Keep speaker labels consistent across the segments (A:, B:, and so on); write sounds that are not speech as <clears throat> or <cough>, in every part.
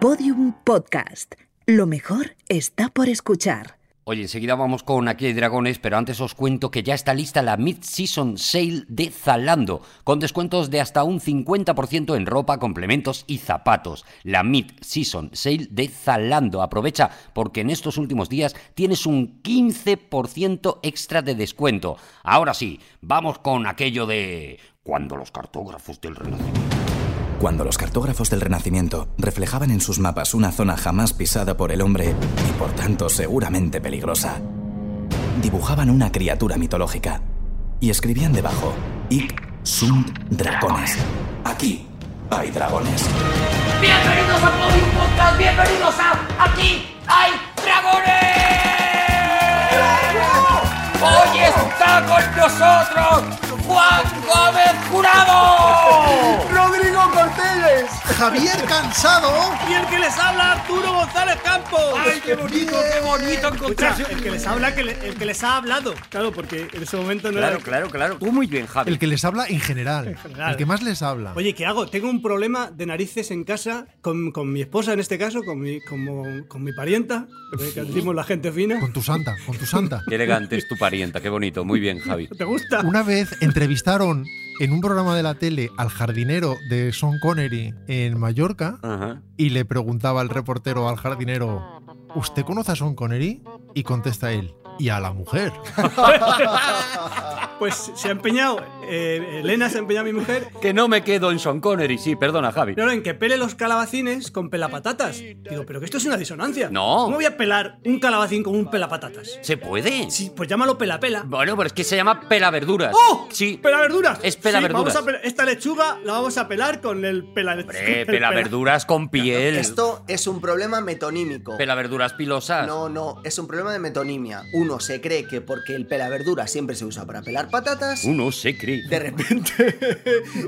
A: Podium Podcast. Lo mejor está por escuchar.
B: Oye, enseguida vamos con Aquí hay dragones, pero antes os cuento que ya está lista la Mid-Season Sale de Zalando, con descuentos de hasta un 50% en ropa, complementos y zapatos. La Mid-Season Sale de Zalando. Aprovecha porque en estos últimos días tienes un 15% extra de descuento. Ahora sí, vamos con aquello de... Cuando los cartógrafos del Renacimiento...
C: Cuando los cartógrafos del Renacimiento reflejaban en sus mapas una zona jamás pisada por el hombre y por tanto seguramente peligrosa, dibujaban una criatura mitológica y escribían debajo: Ic sunt dragones. Aquí hay dragones.
D: Bienvenidos a Podium Podcast, bienvenidos a Aquí hay dragones. Hoy está con nosotros Juan Gómez Jurado.
E: Rodrigo Corteles.
F: Javier Cansado.
G: Y el que les habla, Arturo González Campos.
H: ¡Ay, qué bonito, qué bonito encontrarse!
G: el que les habla, que le- el que les ha hablado. Claro, porque en ese momento no
B: Claro,
G: era...
B: claro, claro. Tú muy bien, Javi.
F: El que les habla en general.
G: general.
F: El que más les habla.
G: Oye, ¿qué hago? Tengo un problema de narices en casa con, con mi esposa, en este caso, con mi, como- con mi parienta, eh, que decimos la gente fina.
F: Con tu santa, con tu santa.
B: Qué elegante es tu parienta, qué bonito. Muy bien, Javi.
G: ¿Te gusta?
F: Una vez entrevistaron en un programa de la tele al jardinero de Sean Connery en Mallorca
B: Ajá.
F: y le preguntaba el reportero al jardinero, ¿usted conoce a Sean Connery? Y contesta él, y a
B: <laughs>
F: la mujer.
G: Pues se ha empeñado, eh, Elena se ha empeñado, mi mujer,
B: Que no me quedo en Sean Connery, sí, perdona, Javi.
G: claro, en que pele los calabacines con pelapatatas. Digo, pero que esto es una disonancia.
B: No.
G: ¿Cómo voy a pelar un calabacín con un pelapatatas?
B: ¿Se puede?
G: Sí, pues llámalo pelapela.
B: Bueno, pero es que se llama pelaverduras.
G: ¡Oh!
B: Sí.
G: ¡Pelaverduras!
B: Es pelaverduras.
G: Sí, vamos a pel- esta lechuga la vamos a pelar con <laughs> el pela...
B: Hombre, pelaverduras
G: <laughs>
B: con piel.
E: Esto es un problema metonímico.
B: Pelaverduras pilosas.
E: No, no, es un problema de metonimia. Uno se cree que porque el pela verdura siempre se usa para pelar patatas,
B: Uno se cree.
E: de repente <laughs>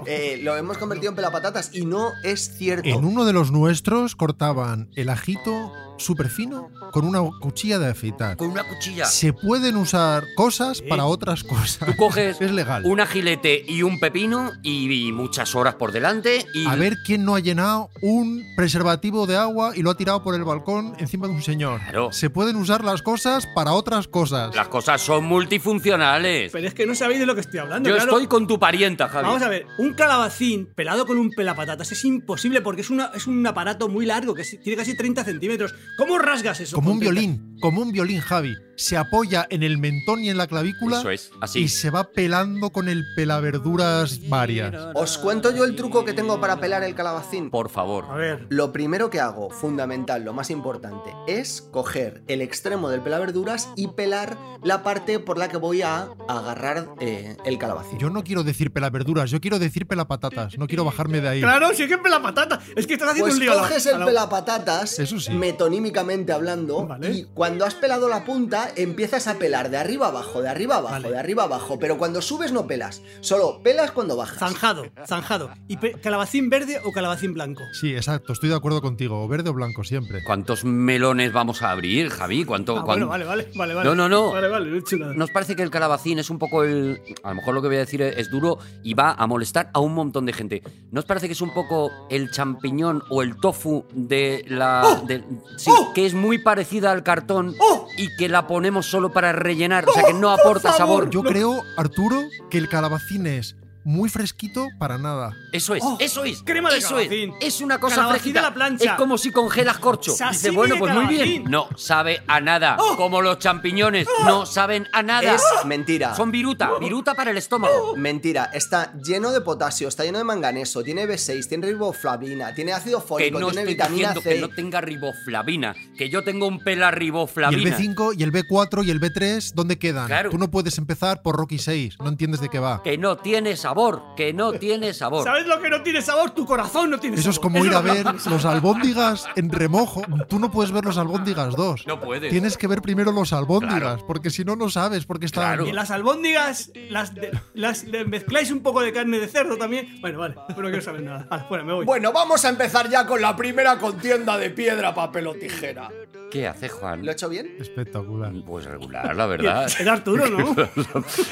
E: eh, lo hemos convertido en pela patatas y no es cierto.
F: En uno de los nuestros cortaban el ajito súper fino con una cuchilla de afeitar.
B: Con una cuchilla.
F: Se pueden usar cosas para otras cosas.
B: Tú coges
F: <laughs> es legal.
B: un agilete y un pepino y, y muchas horas por delante y...
F: A ver quién no ha llenado un preservativo de agua y lo ha tirado por el balcón encima de un señor.
B: Claro.
F: Se pueden usar las cosas para otras cosas.
B: Las cosas son multifuncionales.
G: Pero es que no sabéis de lo que estoy hablando.
B: Yo
G: claro.
B: estoy con tu parienta, Javi.
G: Vamos a ver, un calabacín pelado con un pelapatatas es imposible porque es, una, es un aparato muy largo que es- tiene casi 30 centímetros. ¿Cómo rasgas eso?
F: Como
G: con
F: un
G: 30?
F: violín, como un violín, Javi. Se apoya en el mentón y en la clavícula
B: Eso es, así.
F: y se va pelando con el pelaverduras varias.
E: Os cuento yo el truco que tengo para pelar el calabacín.
B: Por favor.
G: A ver,
E: Lo primero que hago, fundamental, lo más importante, es coger el extremo del pelaverduras y pelar la parte por la que voy a agarrar eh, el calabacín.
F: Yo no quiero decir pelaverduras, yo quiero decir pelapatatas. No quiero bajarme de ahí.
G: claro, si es que es pelapatata. Es que estás haciendo
E: Pues
G: un lío. a la-
E: coges
G: a
E: el
G: la-
E: pelapatatas,
F: Eso sí.
E: metonímicamente hablando,
G: Vale.
E: y cuando has pelado la punta, empiezas a pelar de arriba abajo, de arriba abajo,
G: Vale.
E: de arriba abajo, pero cuando subes no pelas, solo pelas cuando bajas.
G: Zanjado, zanjado. ¿Y pe- calabacín verde o calabacín blanco?
F: Sí, exacto, estoy de acuerdo contigo. O verde o blanco siempre.
B: ¿Cuántos melones vamos a abrir, Javi? ¿Cuánto,
G: Ah,
B: cuán-
G: bueno, vale, vale, vale, vale.
B: No, no, no.
G: Vale, vale, no he hecho nada.
B: Nos parece que el calabacín es un poco el. A lo mejor lo que voy a decir es, es duro y va a molestar a un montón de gente. ¿Nos parece que es un poco el champiñón o el tofu de la. del- sí,
G: ¡Oh!
B: que es muy parecida al cartón
G: ¡Oh!
B: y que la ponemos solo para rellenar, o sea que no aporta sabor.
F: Yo creo, Arturo, que el calabacín es muy fresquito para nada.
B: Eso es,
G: ¡Oh!
B: eso es.
G: Crema de
B: eso es.
G: calabacín.
B: Es una cosa
G: Calabacín
B: fresquita.
G: a la plancha.
B: Es como si congelas corcho.
G: Sashimi
B: Dice, bueno,
G: de
B: pues muy bien.
G: calabacín. ¡Oh!
B: No sabe a nada. Como los champiñones, no saben a nada.
E: Es mentira.
B: Son viruta, viruta para el estómago.
E: Mentira, está lleno de potasio, está lleno de manganeso, tiene B6, tiene riboflavina, tiene ácido
B: Que
E: fólico,
B: no
E: tiene
B: estoy
E: vitamina
B: diciendo
E: C.
B: que no tenga riboflavina, que yo tengo un pela
F: Y el
B: riboflavina.
F: B5 y el B4 y el B3, ¿dónde quedan?
B: Claro.
F: Tú no puedes empezar por Rocky 6, no entiendes de qué va.
B: Que no tiene sabor, que no tiene sabor.
G: ¿Sabes lo que no tiene sabor? Tu corazón no tiene
F: Eso
G: sabor.
F: es como ir a
G: lo que-
F: ver los albóndigas en remojo. Tú no puedes ver los albóndigas 2.
B: No puedes.
F: Tienes que ver primero los albóndigas,
B: Claro.
F: porque si no, no sabes por qué están.
B: Claro.
G: Y las albóndigas, las, de- las de- mezcláis un poco de carne de cerdo también. Bueno, vale, pero no quiero saber nada. Vale, fuera, me voy.
I: Bueno, vamos a empezar ya con la primera contienda de piedra, papel o tijera.
B: ¿Qué hace Juan?
E: ¿Lo he hecho bien?
F: Espectacular.
B: Pues regular, la verdad.
G: <laughs> Es Arturo, ¿no?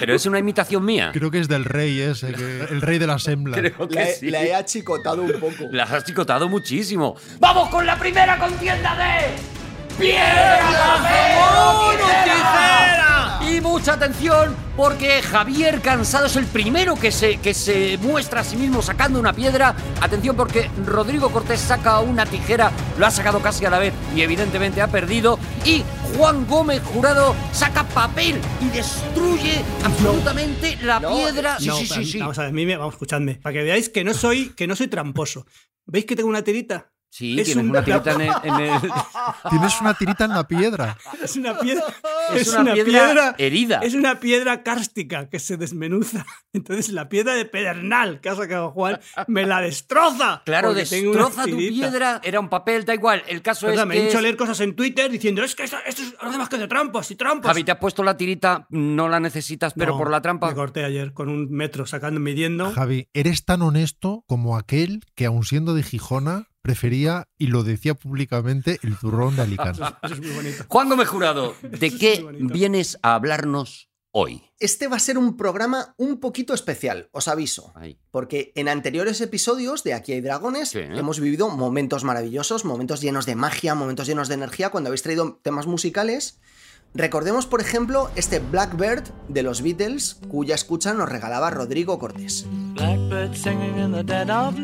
B: Pero es una imitación mía.
F: Creo que es del rey
B: <laughs>
F: ese, que- el rey de la sembla.
B: Creo que
E: La he,
B: sí.
E: la he achicotado un poco.
B: <laughs> La has chicotado muchísimo.
D: ¡Vamos con la primera contienda de... ¡Piedra, papel o tijera!
B: Y mucha atención, porque Javier Cansado es el primero que se, que se muestra a sí mismo sacando una piedra. Atención, porque Rodrigo Cortés saca una tijera, lo ha sacado casi a la vez y evidentemente ha perdido. Y Juan Gómez Jurado saca papel y destruye absolutamente la
E: No.
B: piedra. <laughs> Sí,
G: No,
B: sí, sí,
G: pero
B: sí.
G: Vamos a ver, mime- vamos, escuchadme. Para que veáis que no soy, que no soy tramposo. ¿Veis que tengo una tirita?
B: Sí,
G: Es
B: tienes
G: un-
B: una tirita
G: <laughs>
B: en el- en el...
F: Tienes una tirita en la piedra.
G: Es
B: <laughs>
G: una piedra.
B: Es una piedra herida.
G: Es una piedra cárstica que se desmenuza. <laughs> Entonces la piedra de pedernal que ha sacado Juan me la destroza.
B: Claro,
G: porque tengo una
B: destroza tu
G: tirita.
B: piedra. Era un papel, da igual. El caso
G: Perdón, me
B: es Pues
G: he
B: que
G: dicho
B: es-
G: leer cosas en Twitter diciendo es que esto, esto es nada más que de trampas y trampas.
B: Pues Javi, te has puesto la tirita, no la necesitas, pero
G: No,
B: por la trampa.
G: Me corté ayer con un metro sacando, midiendo.
F: Javi, eres tan honesto como aquel que, aun siendo de Gijona, prefería, y lo decía públicamente, el turrón de Alicante.
G: Eso es muy bonito.
B: Juan Gómez Jurado, ¿de
G: es
B: qué
G: muy bonito.
B: vienes a hablarnos hoy?
E: Este va a ser un programa un poquito especial, os aviso.
B: Ay,
E: Porque en anteriores episodios de Aquí hay Dragones
B: Sí.
E: hemos vivido momentos maravillosos, momentos llenos de magia, momentos llenos de energía cuando habéis traído temas musicales. Recordemos, por ejemplo, este Blackbird de los Beatles, cuya escucha nos regalaba Rodrigo Cortés.
I: Blackbird singing in the dead of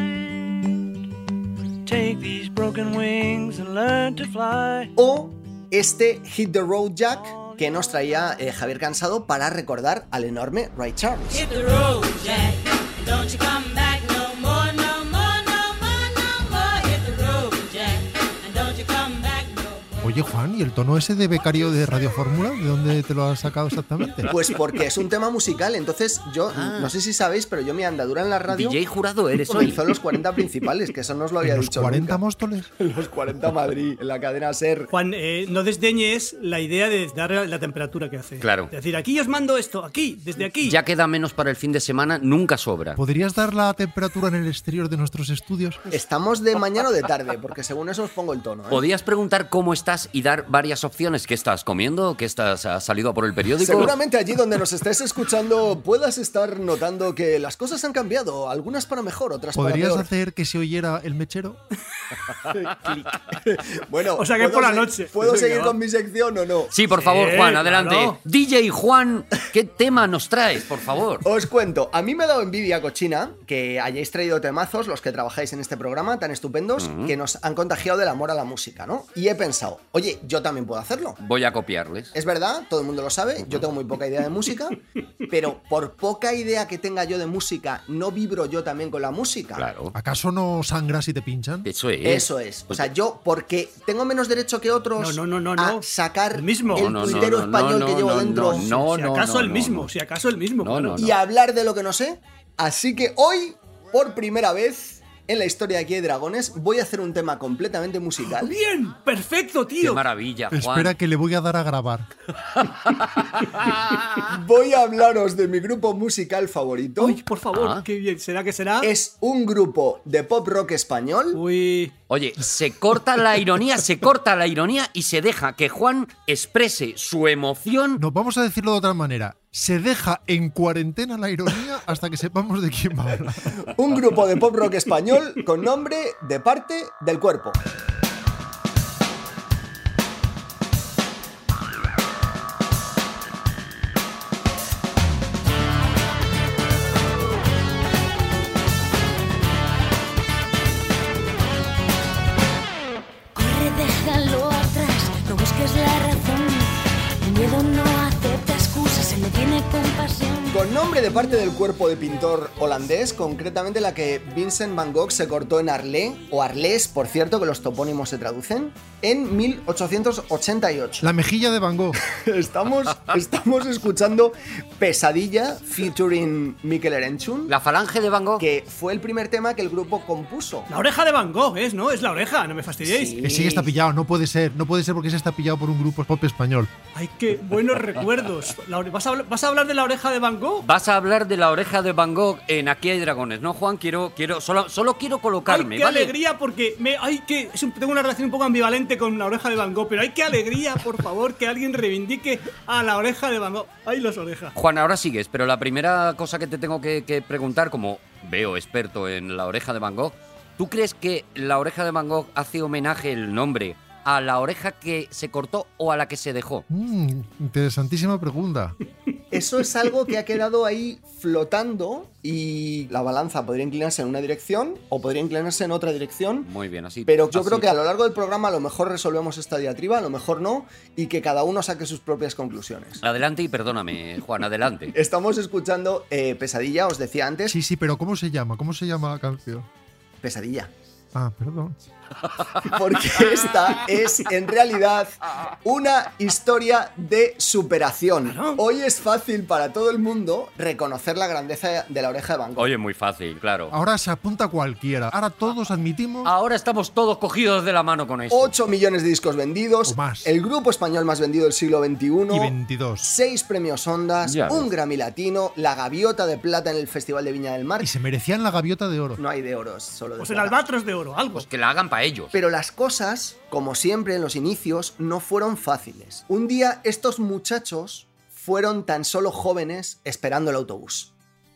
I: night. Take these broken wings and learn to fly.
E: O este Hit the Road Jack que nos traía eh, Javier Cansado para recordar al enorme Ray Charles.
J: Hit the road, Jack. Don't you come back no more, no more, no more, no more. Hit the road, Jack. And don't you come back no more.
F: Oye, Juan, ¿y el tono ese de becario de Radio Fórmula? ¿De dónde te lo has sacado
E: <laughs>
F: exactamente?
E: Pues porque es un tema musical, entonces yo no sé si sabéis, pero yo mi andadura en la radio
B: DJ Jurado eres hoy.
E: comenzó en los 40 principales, que eso no os lo había
F: ¿En los
E: dicho
F: 40
E: nunca.
F: móstoles?
E: En los 40 Madrid, en la cadena Ser.
G: Juan, eh, no desdeñes la idea de dar la temperatura que hace.
B: Claro.
G: Es decir, aquí os mando esto, aquí, desde aquí.
B: Ya queda menos para el fin de semana, nunca sobra.
F: ¿Podrías dar la temperatura en el exterior de nuestros estudios?
E: Estamos de mañana o de tarde, porque según eso os pongo el tono. ¿eh?
B: Podías preguntar cómo estás y dar varias opciones. ¿Qué estás comiendo? ¿Qué estás has salido a por el periódico?
E: Seguramente allí donde nos estés escuchando puedas estar notando que las cosas han cambiado, algunas para mejor, otras para
F: ¿Podrías
E: peor.
F: hacer que se oyera el mechero?
E: <laughs> Bueno,
G: O sea que es
E: ¿puedo
G: por la
E: se-
G: noche.
E: ¿Puedo
G: Venga,
E: seguir
G: va.
E: con mi sección o no?
B: Sí, por favor,
G: Sí,
B: Juan, adelante.
G: claro.
B: DJ Juan, ¿qué tema nos traes, por favor?
E: Os cuento, a mí me ha dado envidia cochina que hayáis traído temazos, los que trabajáis en este programa tan estupendos, que nos han contagiado del amor a la música, ¿no? Y he pensado, oye, yo también puedo hacerlo.
B: Voy a copiarles.
E: Es verdad, todo el mundo lo sabe, yo tengo muy poca idea de música, pero por poca idea que tenga yo de música, no vibro yo también con la música.
B: Claro.
F: ¿Acaso no sangras si te pinchan?
B: Eso es.
E: Eso es. O sea, yo, porque tengo menos derecho que otros
G: No, no, no, no,
E: a
G: no.
E: sacar
G: El
E: el,
G: mismo.
E: tuitero
G: No, no,
B: no, no,
E: español
B: no,
E: que llevo
B: no,
E: dentro
B: No,
G: si
B: no,
G: acaso
B: no,
G: el
B: no,
G: mismo,
B: no.
G: si acaso el mismo.
B: No, no,
G: claro.
B: no.
E: y hablar de lo que no sé. Así que hoy, por primera vez en la historia de aquí de Dragones, voy a hacer un tema completamente musical.
G: Bien, perfecto,
B: Qué
G: tío.
B: maravilla, Juan.
F: Espera que le voy a dar a grabar.
E: Voy a hablaros de mi grupo musical favorito.
G: Uy, por favor,
B: Ah.
G: qué bien. ¿Será que será?
E: Es un grupo de pop rock español.
G: Uy.
B: Oye, se corta la ironía, se corta la ironía y se deja que Juan exprese su emoción.
F: No, vamos a decirlo de otra manera. Se deja en cuarentena la ironía hasta que sepamos de quién va a hablar.
E: Un grupo de pop rock español con nombre de parte del cuerpo.
J: Corre, déjalo atrás. No busques la razón. El miedo no acepta excusas. Se le tiene compasión.
E: Con nombre de parte del cuerpo de pintor holandés, concretamente la que Vincent van Gogh se cortó en Arlé, o Arlés, por cierto, que los topónimos se traducen, en 1888.
F: La mejilla de Van Gogh.
E: Estamos, estamos escuchando Pesadilla featuring Mikel Erenchun,
B: La falange de Van Gogh.
E: que fue el primer tema que el grupo compuso.
G: La oreja de Van Gogh es, ¿no? Es la oreja, no me fastidiéis.
E: Sí.
F: Eh, Sí, está pillado, no puede ser, no puede ser porque se está pillado por un grupo pop español.
G: <laughs> Ay, qué buenos recuerdos. La ore- ¿Vas, a, habl- vas a hablar de la oreja de Van Gogh?
B: ¿Vas vas a hablar de la oreja de Van Gogh en Aquí hay dragones, ¿no, Juan? Quiero, quiero, solo, solo quiero colocarme,
G: ¡Ay, qué
B: ¿vale?
G: alegría! Porque me, ay, que, es un- tengo una relación un poco ambivalente con la oreja de Van Gogh, pero ¡ay, qué alegría, por favor, que alguien reivindique a la oreja de Van Gogh! ¡Ay, las orejas!
B: Juan, ahora sigues, pero la primera cosa que te tengo que, que preguntar, como veo experto en la oreja de Van Gogh, ¿tú crees que la oreja de Van Gogh hace homenaje el nombre a la oreja que se cortó o a la que se dejó?
F: Mm, interesantísima pregunta.
E: Eso es algo que ha quedado ahí flotando y la balanza podría inclinarse en una dirección o podría inclinarse en otra dirección.
B: Muy bien, así.
E: Pero yo
B: así.
E: creo que a lo largo del programa a lo mejor resolvemos esta diatriba, a lo mejor no, y que cada uno saque sus propias conclusiones.
B: Adelante y perdóname, Juan, adelante.
E: Estamos escuchando eh, Pesadilla, os decía antes.
F: Sí, sí, pero ¿cómo se llama? ¿Cómo se llama la canción?
E: Pesadilla.
F: Ah, perdón.
E: Porque esta es en realidad una historia de superación. Hoy es fácil para todo el mundo reconocer la grandeza de la oreja de Van Gogh.
B: Oye, muy fácil, claro.
F: Ahora se apunta cualquiera. Ahora todos admitimos.
B: Ahora estamos todos cogidos de la mano con esto.
E: 8 millones de discos vendidos,
F: O más.
E: el grupo español más vendido del siglo
F: Y
E: XXI,
F: 22.
E: 6 premios Ondas,
B: Ya
E: un
B: ves.
E: Grammy Latino, la gaviota de plata en el Festival de Viña del Mar.
F: Y se merecían la gaviota de oro.
E: No hay de oros, solo de
G: Pues el
E: plata.
G: albatros de oro, algo.
B: Pues que la hagan para ellos.
E: Pero las cosas, como siempre en los inicios, no fueron fáciles. Un día estos muchachos fueron tan solo jóvenes esperando el autobús.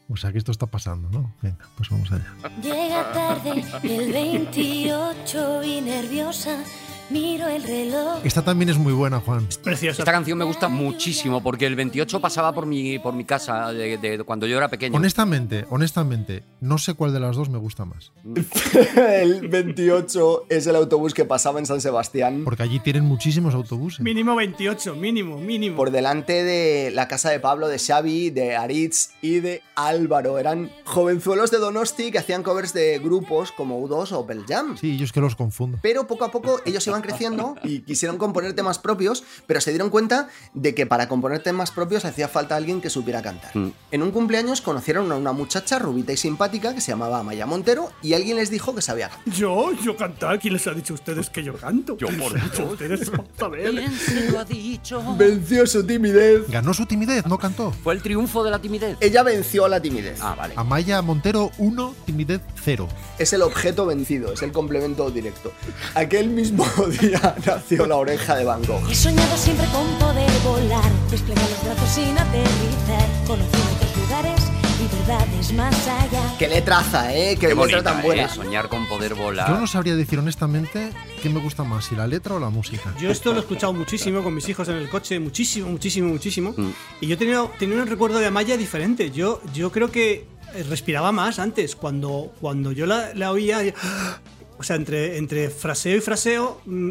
F: O sea que esto está pasando, ¿no? Venga, pues vamos allá.
K: Llega tarde, el 28 y nerviosa, miro el reloj.
F: Esta también es muy buena, Juan.
G: Preciosa.
B: Esta canción me gusta muchísimo porque el 28 pasaba por mi, por mi casa de, de- cuando yo era pequeño.
F: este- Honestamente, honestamente, no sé cuál de las dos me gusta más.
E: <laughs> el 28 es el autobús que pasaba en San Sebastián
F: Porque allí tienen muchísimos autobuses.
G: Mínimo 28, mínimo, mínimo.
E: por delante de la casa de Pablo, de Xavi, de Aritz y de Álvaro. Eran jovenzuelos de Donosti que hacían covers de grupos como U2 o Pearl Jam.
F: Sí, yo es que los confundo.
E: Pero poco a poco ellos iban creciendo y quisieron componer temas propios, pero se dieron cuenta de que para componer temas propios hacía falta alguien que supiera cantar.
B: Mm.
E: En un cumpleaños conocieron a una muchacha rubita y simpática que se llamaba Amaya Montero y alguien les dijo que sabía cantar.
G: Yo, yo cantar, ¿quién les ha dicho a ustedes que yo canto? Yo por dicho ustedes, vamos a ver.
E: Venció su timidez.
F: Ganó su timidez, no cantó.
B: Fue el triunfo de la timidez.
E: Ella venció la timidez.
B: Ah, vale.
F: Amaya Montero 1, timidez 0.
E: Es el objeto vencido, es el complemento directo. Aquel mismo <laughs> día nació la oreja de Van Gogh.
K: He soñado siempre con poder volar, desplegar los brazos sin aterrizar, conocer otros lugares y verdades más allá.
E: Qué letraza, ¿eh? Qué, letra tan
B: ¿eh?
E: buena.
B: Soñar con poder
F: Yo
B: volar.
F: no sabría decir honestamente qué me gusta más, si la letra o la música.
G: Yo esto lo he escuchado muchísimo con mis hijos en el coche, muchísimo, muchísimo, muchísimo.
E: Mm.
G: Y yo tenía, tenía un recuerdo de Amaya diferente. Yo, yo creo que eh, respiraba más antes. Cuando, cuando yo la, la oía. yo- <gasps> o sea, entre, entre fraseo y fraseo. mm,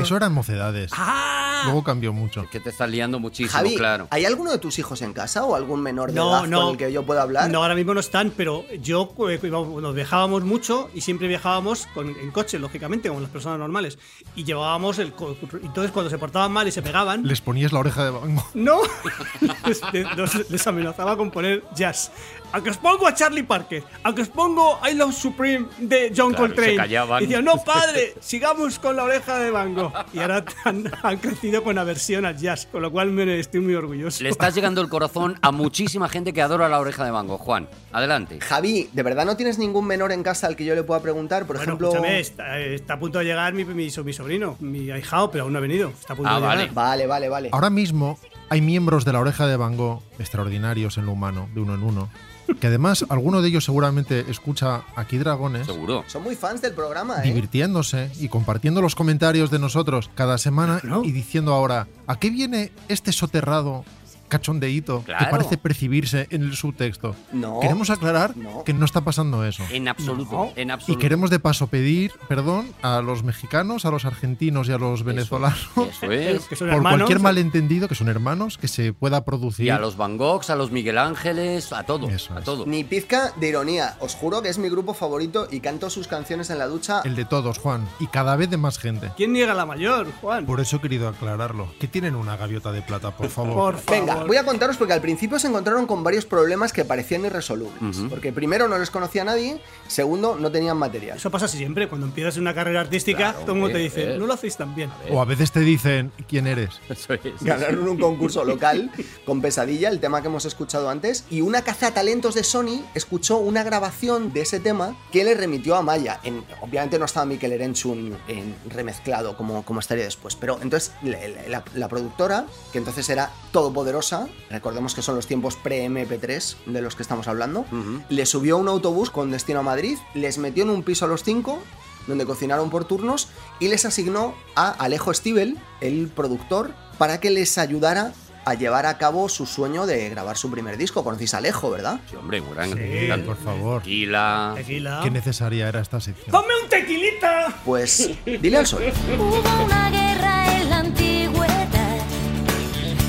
F: Eso eran mocedades.
G: ¡ah!
F: Luego cambió mucho.
B: Que te estás liando muchísimo,
E: Javi,
B: claro.
E: ¿hay alguno de tus hijos en casa o algún menor de edad con el que yo pueda hablar?
G: No, ahora mismo no están, pero yo eh, íbamos- nos viajábamos mucho y siempre viajábamos con, en coche, lógicamente, como las personas normales. Y llevábamos el. co- Entonces, cuando se portaban mal y se pegaban.
F: Les ponías la oreja de Van Gogh.
G: No, <laughs> les, les- los- les amenazaba con poner jazz. Aunque os pongo a Charlie Parker, aunque os pongo I Love Supreme de John
B: Claro,
G: Coltrane.
B: se callaban.
G: Y decían, no, padre, sigamos con la oreja de Van Gogh. Y ahora han, han crecido con aversión al jazz, con lo cual me estoy muy orgulloso.
B: Le estás llegando el corazón a muchísima gente que adora la oreja de mango. Juan, adelante.
E: Javi, ¿de verdad no tienes ningún menor en casa al que yo le pueda preguntar? Por
G: bueno,
E: ejemplo.
G: escúchame, está, está a punto de llegar mi, mi, so- mi sobrino, mi ahijado, pero aún no ha venido. Está a punto
B: Ah,
G: de
B: vale.
G: llegar.
E: Vale, vale, vale.
F: Ahora mismo hay miembros de la oreja de Van Gogh extraordinarios en lo humano, de uno en uno, que además alguno de ellos seguramente escucha aquí Dragones,
B: Seguro.
E: Son muy fans del programa, ¿eh?
F: divirtiéndose y compartiendo los comentarios de nosotros cada semana y diciendo ahora, ¿a qué viene este soterrado cachondeíto que
B: Claro.
F: parece percibirse en el subtexto?
E: No.
F: Queremos aclarar
E: No.
F: que no está pasando eso.
B: En absoluto. En
F: Y
B: absoluto.
F: queremos de paso pedir perdón a los mexicanos, a los argentinos y a los venezolanos
B: Eso es.
G: Eh, Que
F: <laughs>
G: son
F: por
G: hermanos.
F: cualquier malentendido, que son hermanos, que se pueda
B: Y
F: producir.
B: a los Van Goghs, a los Miguel Ángeles, a todo.
F: Eso
B: a
F: es.
B: todo.
E: Ni pizca de ironía. Os juro que es mi grupo favorito y canto sus canciones en la ducha.
F: El de todos, Juan. Y cada vez de más gente.
G: ¿Quién niega la mayor, Juan?
F: Por eso he querido aclararlo. Que tienen una gaviota de plata, por favor.
G: Por favor.
E: Venga, Venga, voy a contaros porque al principio se encontraron con varios problemas que parecían irresolubles.
G: Ujú.
E: Porque primero no les conocía nadie, segundo no tenían material.
G: Eso pasa siempre, cuando empiezas una carrera artística,
E: Claro,
G: todo el mundo te
E: hombre, a
B: eh.
G: dice,
E: ver.
G: no lo hacéis tan bien.
F: O a veces te dicen, ¿quién eres?
E: Ganaron un concurso local con Pesadilla, el tema que hemos escuchado antes, y una cazatalentos de Sony escuchó una grabación de ese tema que le remitió a Maya. En- obviamente no estaba Mikel Erenchun en remezclado como, como estaría después, pero entonces la, la- la productora, que entonces era todopoderosa, recordemos que son los tiempos pre-MP3 de los que estamos hablando, le subió a un autobús con destino a Madrid, les metió en un piso a los cinco donde cocinaron por turnos y les asignó a Alejo Stivel, el productor, para que les ayudara a llevar a cabo su sueño de grabar su primer disco. Conocéis a Alejo, ¿verdad?
B: Hombre, gran,
F: Sí,
B: gran-
F: por favor.
B: Tequila.
F: Qué necesaria era esta sección.
G: ¡Ponme un tequilita!
E: Pues dile al sol.
K: Hubo una guerra en la antigüedad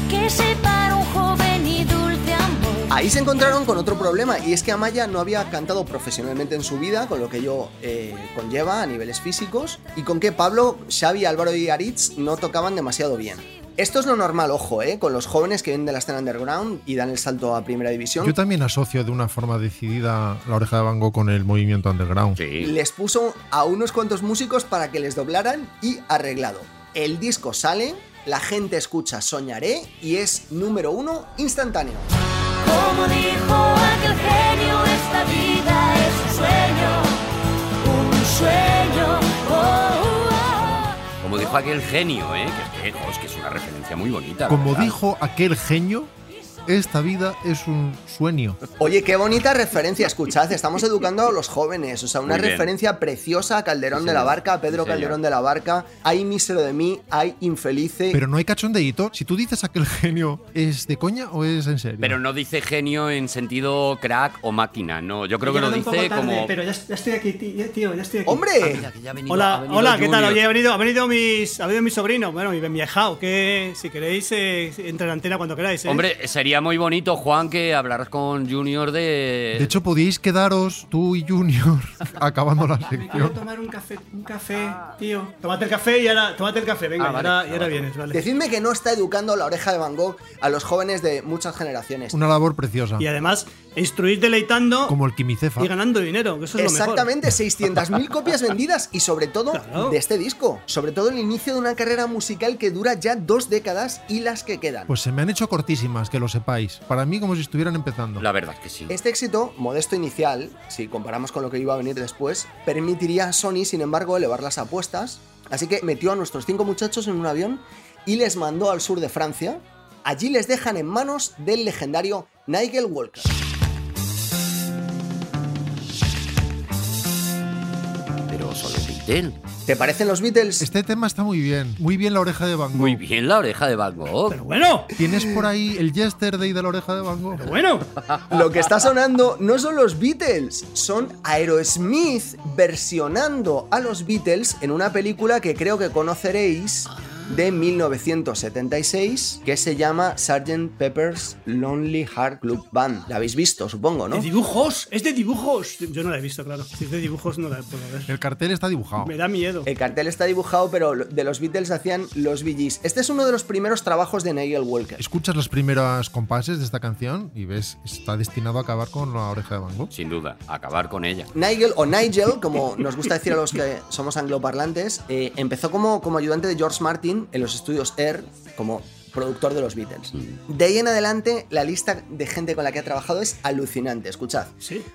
K: que separó un joven y dulce amor.
E: Ahí se encontraron con otro problema y es que Amaya no había cantado profesionalmente en su vida, con lo que ello eh, conlleva a niveles físicos, y con que Pablo, Xavi, Álvaro y Aritz no tocaban demasiado bien. Esto es lo normal, ojo, eh, con los jóvenes que vienen de la escena underground y dan el salto a primera división.
F: Yo también asocio de una forma decidida la oreja de Van Gogh con el movimiento underground.
E: les puso a unos cuantos músicos para que les doblaran y arreglado. El disco sale, la gente escucha Soñaré y es número uno instantáneo.
K: Como dijo aquel genio, esta vida es un sueño, un sueño. oh, oh, oh.
B: Como dijo aquel genio, ¿eh? Que, es que, jo, es que es una referencia muy bonita. la
F: Como
B: verdad.
F: dijo aquel genio, esta vida es un sueño.
E: Oye, qué bonita referencia, escuchad, estamos educando a los jóvenes, o sea, una
F: Muy bien.
E: referencia preciosa a Calderón
F: Sí,
E: de la
F: señor.
E: Barca, a Pedro
F: Sí, señor.
E: Calderón de la Barca, hay mísero de mí, hay infelice.
F: Pero no hay cachondeíto. Si tú dices aquel <laughs> genio, ¿es de coña o es en serio?
B: Pero no dice genio en sentido crack o máquina, no. Yo creo que lo
G: Llegado un poco
B: dice
G: tarde,
B: como.
G: Pero ya, ya estoy aquí, ti- ya, tío, ya estoy aquí.
E: ¡Hombre!
B: Ah, mira, que ya ha venido-
G: hola,
B: ha venido
G: hola, ¿qué tal?
B: Junior.
G: Oye, ha venido, ha venido mis, ha venido mi sobrino, bueno, mi viejao, que si queréis, eh, entra en antena cuando queráis. ¿eh?
B: Hombre, sería muy bonito, Juan, que hablaras con Junior de.
F: De hecho, podíais quedaros tú y Junior <laughs> acabando la
G: Quiero
F: sección.
G: tomar un café, un café, tío. Tómate el café y ahora, tómate el café, venga,
F: Ah, vale.
G: y ahora, y
F: Ah,
G: ahora
F: vale.
G: vienes, vale.
E: Decidme que no está educando la oreja de Van Gogh a los jóvenes de muchas generaciones.
F: Una labor preciosa.
G: Y además, instruir deleitando
F: Como el quimicefa.
G: y ganando dinero, que eso es lo mejor.
E: Exactamente, 600.000 copias vendidas y sobre todo de este disco, sobre todo el inicio de una carrera musical que dura ya dos décadas y las que quedan.
F: Pues se me han hecho cortísimas, que lo sepáis. Para mí, como si estuvieran empezando.
B: La verdad es que sí.
E: Este éxito, modesto inicial, si comparamos con lo que iba a venir después, permitiría a Sony, sin embargo, elevar las apuestas, así que metió a nuestros cinco muchachos en un avión y les mandó al sur de Francia. Allí les dejan en manos del legendario Nigel Walker.
B: Pero solo Beatle.
E: ¿Te parecen los Beatles?
F: Este tema está muy bien. Muy bien la oreja de Van Gogh.
B: Muy bien, la oreja de Van Gogh. Pero
G: bueno.
F: ¿Tienes por ahí el yesterday de la oreja de Van Gogh?
G: bueno.
E: Lo que está sonando no son los Beatles, son Aerosmith versionando a los Beatles en una película que creo que conoceréis de 1976 que se llama Sgt. Pepper's Lonely Heart Club Band. La habéis visto, supongo, ¿no?
G: ¿De dibujos? ¿Es de dibujos? Yo no la he visto, claro. Si es de dibujos, no la puedo ver.
F: El cartel está dibujado.
G: Me da miedo.
E: El cartel está dibujado, pero lo- de los Beatles hacían los Bee Gees. Este es uno de los primeros trabajos de Nigel Walker.
F: Escuchas los primeros compases de esta canción y ves, está destinado a acabar con la oreja de Van Gogh.
B: Sin duda, acabar con ella.
E: Nigel o Nigel, como nos gusta decir a los que somos angloparlantes, eh, empezó como, como ayudante de George Martin en los estudios Air como productor de los Beatles. De ahí en adelante, la lista de gente con la que ha trabajado es alucinante, escuchad.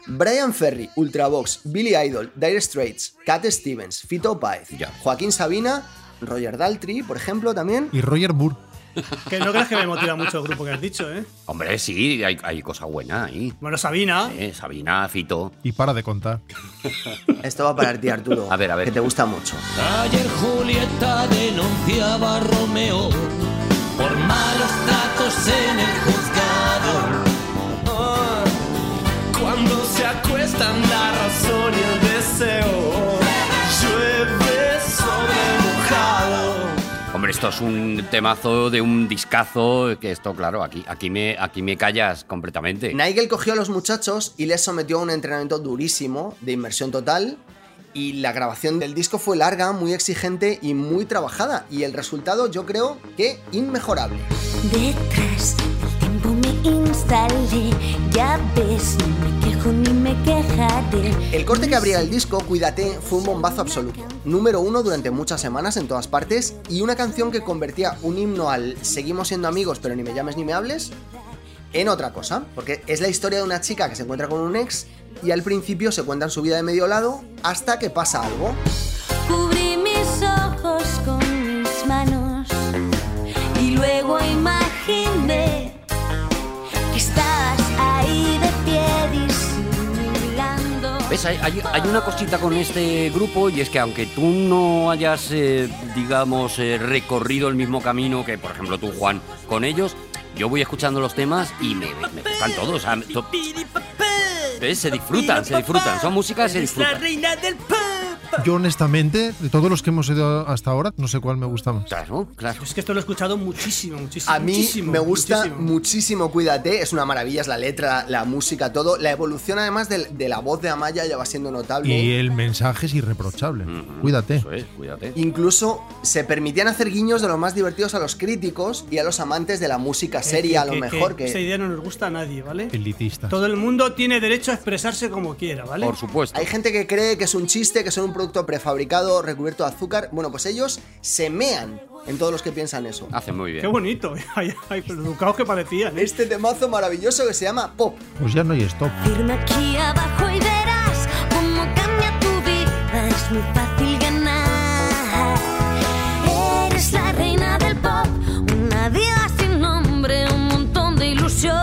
E: Brian Ferry, Ultravox, Billy Idol, Dire Straits, Cat Stevens, Fito Páez, Joaquín Sabina, Roger Daltrey, por ejemplo, <laughs> también.
F: Y Roger Moore.
G: Que no creas que me motiva mucho el grupo que has dicho, ¿eh?
B: Hombre, sí, hay, hay cosa buena ahí.
G: Bueno, Sabina.
B: Eh, Sabina, Fito.
F: Y para de contar.
E: Esto va para ti, Arturo. A ver, a ver. Que te gusta mucho.
L: Ayer Julieta denunciaba a Romeo por malos tratos en el juzgado. Ah, Cuando se acuestan la razón y el deseo, llueve sobre mojado.
B: Hombre, esto es un temazo de un discazo. Que esto, claro, aquí, aquí, me, aquí me callas completamente.
E: Nigel cogió a los muchachos y les sometió a un entrenamiento durísimo, de inmersión total, y la grabación del disco fue larga, muy exigente y muy trabajada, y el resultado yo creo que inmejorable.
K: Detrás del instalé, ya ves, ni me quejo ni me quejaré.
E: El corte que abría el disco, Cuídate, fue un bombazo absoluto. Número uno durante muchas semanas en todas partes y una canción que convertía un himno al Seguimos siendo amigos, pero ni me llames ni me hables en otra cosa. Porque es la historia de una chica que se encuentra con un ex y al principio se cuentan su vida de medio lado hasta que pasa algo.
K: Cubrí mis ojos con mis manos y luego imaginé que estabas ahí de pie disimulando.
B: ¿Ves? Hay, hay- hay una cosita con este grupo y es que aunque tú no hayas, eh, digamos, eh, recorrido el mismo camino que, por ejemplo, tú, Juan, con ellos, yo voy escuchando los temas y me, me gustan todos. o sea, me- to- ¿Ves? Se disfrutan, se disfrutan. Son músicas, se disfrutan.
I: reina del
F: Yo honestamente, de todos los que hemos ido hasta ahora, no sé cuál me gusta más.
B: Claro, claro.
G: Es que esto lo he escuchado muchísimo, muchísimo.
E: A mí
G: muchísimo,
E: me gusta
G: muchísimo.
E: muchísimo. Cuídate, es una maravilla, es la letra, la música, todo. La evolución además del- de, la voz de Amaya ya va siendo notable.
F: Y el mensaje es irreprochable. Cuídate.
B: cuídate.
E: Incluso se permitían hacer guiños de los más divertidos a los críticos y a los amantes de la música
G: Eh,
E: seria, a lo mejor que...
G: Esa idea no nos gusta a nadie, ¿vale?
F: Elitista.
G: Todo el mundo tiene derecho a expresarse como quiera, ¿vale?
B: supuesto.
E: Hay gente que cree que es un chiste, que son un producto prefabricado recubierto de azúcar. Bueno, pues ellos se mean en todos los que piensan eso.
B: Hacen muy bien.
G: Qué bonito, ¿eh? <laughs> hay, hay educados que parecían. ¿eh?
E: Este temazo maravilloso que se llama Pop.
F: Pues ya no hay stop.
K: Firma aquí abajo y verás cómo cambia tu vida. Es muy fácil ganar. Eres la reina del pop, una vida sin nombre, un montón de ilusión.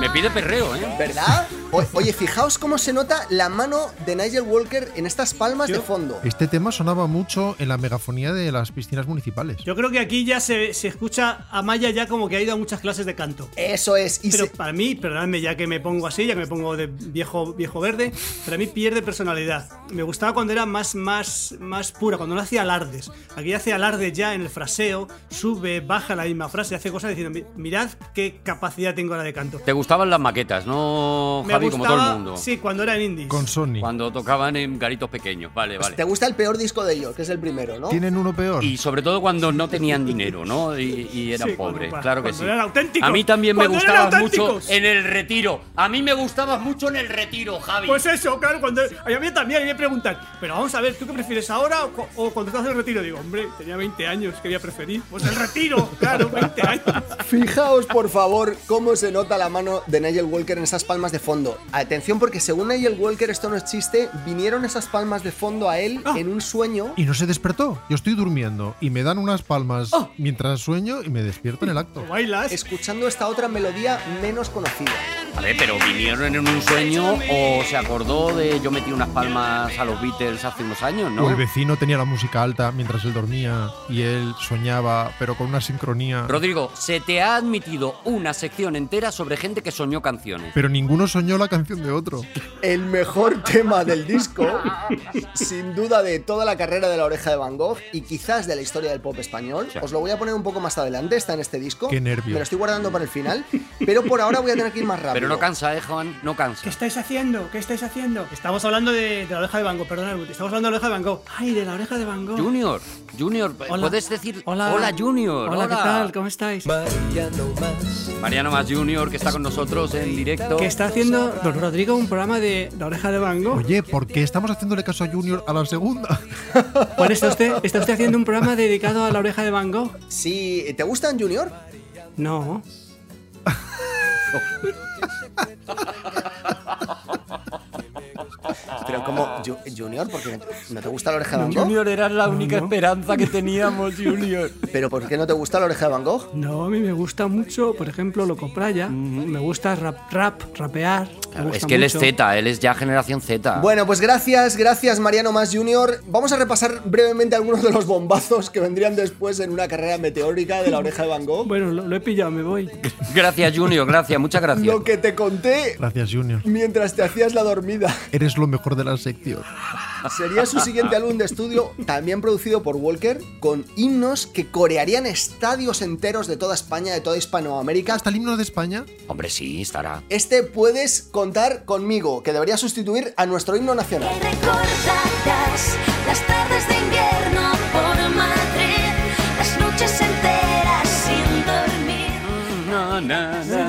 B: Me pide perreo, ¿eh?
E: ¿Verdad? O- oye, fijaos cómo se nota la mano de Nigel Walker en estas palmas de fondo.
F: Este tema sonaba mucho en la megafonía de las piscinas municipales.
G: Yo creo que aquí ya se, se escucha a Maya ya como que ha ido a muchas clases de canto.
E: Eso es. Y
G: Pero
E: se-
G: para mí, perdonadme ya que me pongo así, ya que me pongo de viejo, viejo verde, para mí pierde personalidad. Me gustaba cuando era más, más, más pura, cuando no hacía alardes. Aquí hace alardes ya en el fraseo, sube, baja la misma frase, hace cosas diciendo, "Mi- mirad qué capacidad tengo ahora de canto.
B: Te gustaban las maquetas, ¿no,
G: Me
B: Javi? como todo
G: gustaba-
B: el mundo.
G: Sí, cuando era en indie.
F: Con Sony.
B: Cuando tocaban en garitos pequeños, vale, vale.
E: ¿Te gusta el peor disco de ellos, que es el primero, no?
F: Tienen uno peor.
B: Y sobre todo cuando no tenían dinero, ¿no? Y, y eran
G: Sí, cuando-
B: pobres, claro que
G: cuando
B: sí.
G: eran auténticos.
B: A mí también me
G: Cuando eran
B: gustabas mucho
G: auténticos.
B: en el retiro. A mí me gustabas mucho en el retiro, Javi.
G: Pues eso, claro, cuando. A mí también, a mí me preguntan, pero vamos a ver, ¿tú qué prefieres ahora o, cu- o cuando estás en el retiro? Digo, hombre, tenía 20 años, quería preferir. Pues el retiro, claro, 20
B: <laughs>
G: años.
E: Fijaos, por favor, cómo se nota la mano de Nigel Walker en esas palmas de fondo. Atención, porque según Nigel Walker, esto no es chiste, vinieron esas palmas de fondo a él en un sueño.
F: Y no se despertó. Yo estoy durmiendo y me dan unas palmas mientras sueño y me despierto en el acto.
G: Bailas.
E: Escuchando esta otra melodía menos conocida.
B: A ver, pero vinieron en un sueño o se acordó de yo metí unas palmas a los Beatles hace unos años,
F: O el
B: ¿no?
F: vecino tenía la música alta mientras él dormía y él soñaba, pero con una sincronía.
B: Rodrigo, se te ha admitido una sección entera sobre gente que soñó canciones.
F: Pero ninguno soñó la canción de otro.
E: El mejor <laughs> tema del disco, <laughs> sin duda de toda la carrera de la oreja de Van Gogh y quizás de la historia del pop español. Os lo voy a poner un poco más adelante, está en este disco.
F: Qué nervios.
E: Me lo estoy guardando para el final, pero por ahora voy a tener que ir más rápido.
B: Pero no cansa, ¿eh, Juan? No
G: ¿Qué
B: cansa.
G: estáis haciendo? ¿Qué estáis haciendo? Estamos hablando de, de la oreja de Van Gogh, perdona, Ruth, estamos hablando de la oreja de Van Gogh. Ay, de la oreja de Van Gogh.
B: Junior, Junior,
G: Hola.
B: puedes decir hola, Junior.
G: Hola, ¿qué tal? ¿Cómo estáis?
B: Mariano Más Junior, que está con nosotros en directo.
G: Que está haciendo Don Rodrigo un programa de la oreja de Van Gogh.
F: Oye, ¿por qué estamos haciéndole caso a Junior a la segunda? <laughs>
G: ¿Cuál está usted? ¿Está usted haciendo un programa dedicado a la oreja de Van Gogh?
E: Sí, eh, ¿te gustan, Junior?
G: No.
E: Pero como Ju- Junior, porque no te gusta la oreja de Van Gogh.
B: Junior, eras la única esperanza que teníamos, Junior.
E: Pero ¿por qué no te gusta la oreja de Van Gogh?
G: No, a mí me gusta mucho, por ejemplo, Loco Playa. Me gusta rap, rap rapear. me
B: Claro,
G: gusta
B: <laughs> es que él es
G: mucho.
B: Z, él es ya generación Z.
E: Bueno, pues gracias, gracias Mariano Más Junior. Vamos a repasar brevemente algunos de los bombazos que vendrían después en una carrera meteórica de la oreja de Van Gogh.
G: Bueno, lo, lo he pillado, me voy.
B: Gracias, Junior, gracias, muchas gracias.
E: Lo que te conté
F: Gracias, Junior.
E: mientras te hacías la dormida.
F: Eres lo mejor de la sección.
E: Sería su siguiente álbum de estudio, también producido por Walker, con himnos que corearían estadios enteros de toda España, de toda Hispanoamérica.
F: Hasta el himno de España.
B: Hombre, sí, estará.
E: Este puedes contar conmigo, que debería sustituir a nuestro himno
K: Y
E: nacional.
K: recordarás las tardes de invierno por Madrid, las noches enteras sin dormir.
B: No, na,
E: na.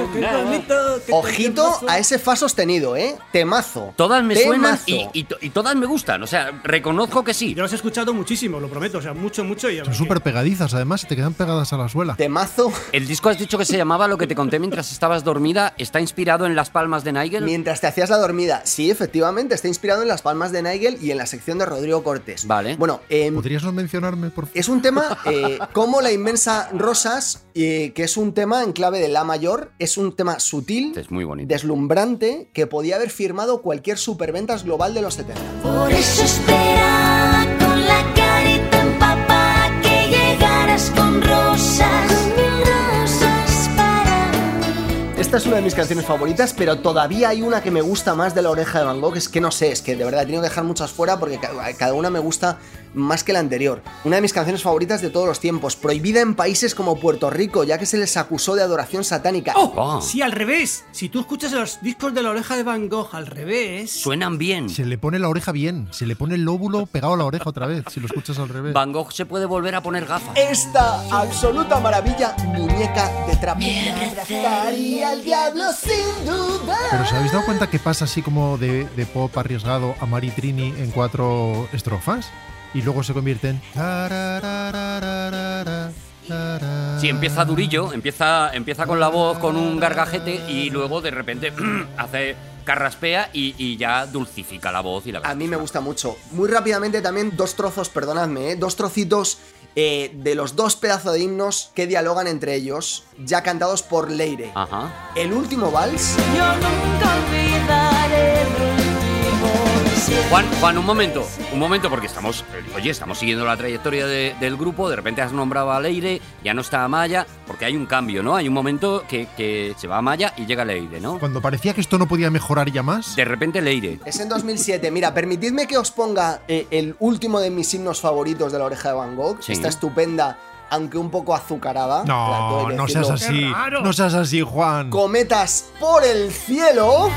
E: Ojito a ese fa sostenido, ¿eh? Temazo.
B: Todas me suenan
E: Temazo.
B: y, y to- y todas me gustan. O sea, reconozco que sí.
G: Yo los he escuchado muchísimo, lo prometo. O sea, mucho, mucho. Y
F: Son súper pegadizas, además, y te quedan pegadas a la suela.
E: Temazo.
B: El disco has dicho que se llamaba Lo que te conté mientras estabas dormida. ¿Está inspirado en Las Palmas de Nigel?
E: Mientras te hacías la dormida. Sí, efectivamente, está inspirado en las palmas de Nigel y en la sección de Rodrigo Cortés.
B: Vale.
E: Bueno, em,
F: ¿Podrías no mencionarme, por favor?
E: es un tema eh, como la inmensa Rosas, eh, que es un tema en clave de La mayor, es un tema sutil,
B: Es muy bonito.
E: deslumbrante, que podía haber firmado cualquier superventas global de los 70.
K: Por eso esperaba con la carita en papá que llegaras con rosas, mil rosas para
E: Esta es una de mis canciones favoritas, pero todavía hay una que me gusta más de la oreja de Van Gogh, es que no sé, es que de verdad he tenido que dejar muchas fuera porque ca- cada una me gusta más que la anterior. Una de mis canciones favoritas de todos los tiempos, prohibida en países como Puerto Rico, ya que se les acusó de adoración satánica.
B: Oh,
G: Sí, al revés. Si tú escuchas los discos de la oreja de Van Gogh al revés.
B: Suenan bien.
F: Se le pone la oreja bien, se le pone el lóbulo pegado a la oreja otra vez, si lo escuchas al revés.
B: Van Gogh se puede volver a poner gafas.
E: Esta absoluta maravilla, muñeca de trapo.
K: abrazaría al diablo sin duda.
F: Pero ¿os habéis dado cuenta que pasa así como de, de pop arriesgado a Mari Trini en cuatro estrofas? Y luego se convierte en...
B: Sí, empieza durillo, empieza, empieza con la voz, con un gargajete y luego de repente <clears throat> hace carraspea y, y ya dulcifica la voz y la
E: A mí me gusta mucho. Muy rápidamente también dos trozos, perdonadme, ¿eh? dos trocitos eh, de los dos pedazos de himnos que dialogan entre ellos, ya cantados por Leire.
B: Ajá.
E: El último vals.
K: Yo nunca olvidaré el último desierto.
B: Juan, Juan, un momento, un momento, porque estamos, eh, oye, estamos siguiendo la trayectoria de- del grupo, de repente has nombrado a Leire, ya no está Amaya, porque hay un cambio, ¿no? Hay un momento que, que se va Amaya y llega Leire, ¿no?
F: Cuando parecía que esto no podía mejorar ya más,
B: De repente Leire.
E: Es en 2007. Mira, permitidme que os ponga eh, el último de mis himnos favoritos de la oreja de Van Gogh.
B: Sí.
E: Está estupenda, aunque un poco azucarada. Claro,
F: No,
E: hay que
F: no seas
E: decirlo.
F: así. No seas así, Juan.
E: Cometas por el cielo.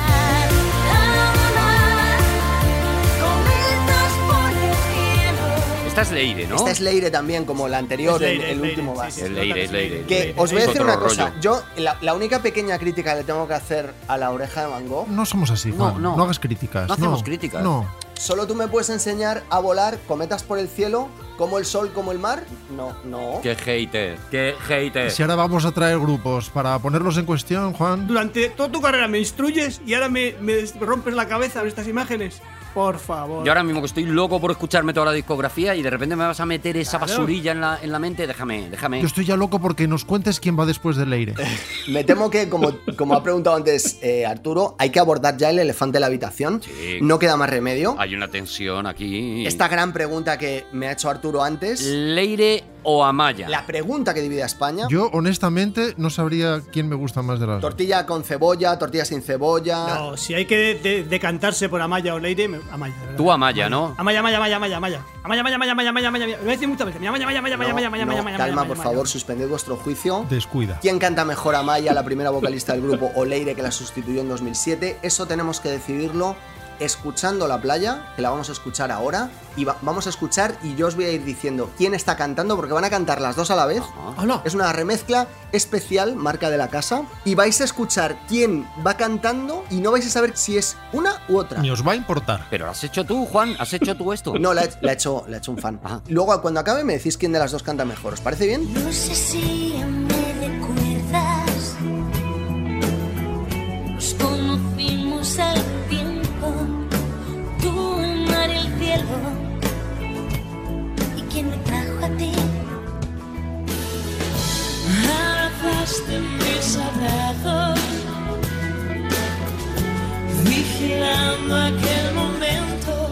K: Cometas por el cielo.
B: Esta es Leire, ¿no?
E: Esta es Leire también, como la anterior,
G: Es Leire, es
E: el, el
G: Leire,
E: último vals.
G: sí,
B: Es Leire, es Leire.
E: Que
G: Leire.
E: os voy a
B: Es
E: decir
B: otro
E: una cosa.
B: rollo.
E: Yo, la, la única pequeña crítica que le tengo que hacer a la oreja de Van Gogh,
F: No somos así,
B: No,
F: Juan. No,
B: no.
F: hagas críticas.
B: No hacemos críticas.
F: No.
E: ¿solo tú me puedes enseñar a volar cometas por el cielo, como el sol, como el mar? No, no.
B: Qué hater, qué hater.
F: Si ahora vamos a traer grupos para ponerlos en cuestión, Juan.
G: Durante toda tu carrera me instruyes y ahora me, me des- rompes la cabeza con estas imágenes. Por favor.
B: Yo ahora mismo que estoy loco por escucharme toda la discografía y de repente me vas a meter esa
G: Claro.
B: basurilla en la, en la mente, déjame, déjame.
F: Yo estoy ya loco porque nos cuentes quién va después del Leire.
B: Eh.
E: Me temo que, como, como ha preguntado antes eh, Arturo, hay que abordar ya el elefante de la habitación.
B: Sí.
E: No queda más remedio.
B: Hay una tensión aquí.
E: Esta gran pregunta que me ha hecho Arturo antes,
B: Leire o Amaya.
E: la pregunta que divide a España.
F: Yo, honestamente, no sabría quién me gusta más de las dos.
E: Tortilla con cebolla, tortilla sin cebolla.
G: No, si hay que de- de- decantarse por Amaya o Leire, me- Amaya. de verdad.
B: Tú Amaya, ¿no?
G: Amaya, Amaya, Amaya, Amaya, Amaya. Amaya, Amaya, Amaya, Amaya, Amaya, Amaya. Lo voy a decir muchas veces. Mira, Amaya, Amaya, Amaya, Amaya,
E: No,
G: Amaya, Amaya,
E: no,
G: Amaya, Amaya,
E: calma,
G: Amaya,
E: por
G: Amaya.
E: favor, suspended vuestro juicio.
F: Descuida.
E: ¿Quién canta mejor a Maya, la primera vocalista del grupo, o Leire, que la sustituyó en 2007? Eso tenemos que decidirlo escuchando La Playa, que la vamos a escuchar ahora. Y va- vamos a escuchar y yo os voy a ir diciendo quién está cantando, porque van a cantar las dos a la vez.
G: Hola.
E: Es una remezcla especial, marca de la casa. Y vais a escuchar quién va cantando y no vais a saber si es una u otra.
F: Ni os va a importar.
B: Pero has hecho tú, Juan, has hecho tú esto.
E: No, la ha la ha hecho, la ha hecho un fan.
B: Ah.
E: Luego, cuando acabe, me decís quién de las dos canta mejor. ¿Os parece bien?
K: No sé si aún me recuerdas. Nos conocimos al tiempo, tú el mar y el cielo. ¿Y quién me trajo a ti? Abrazaste mis abrazos, vigilando aquel momento,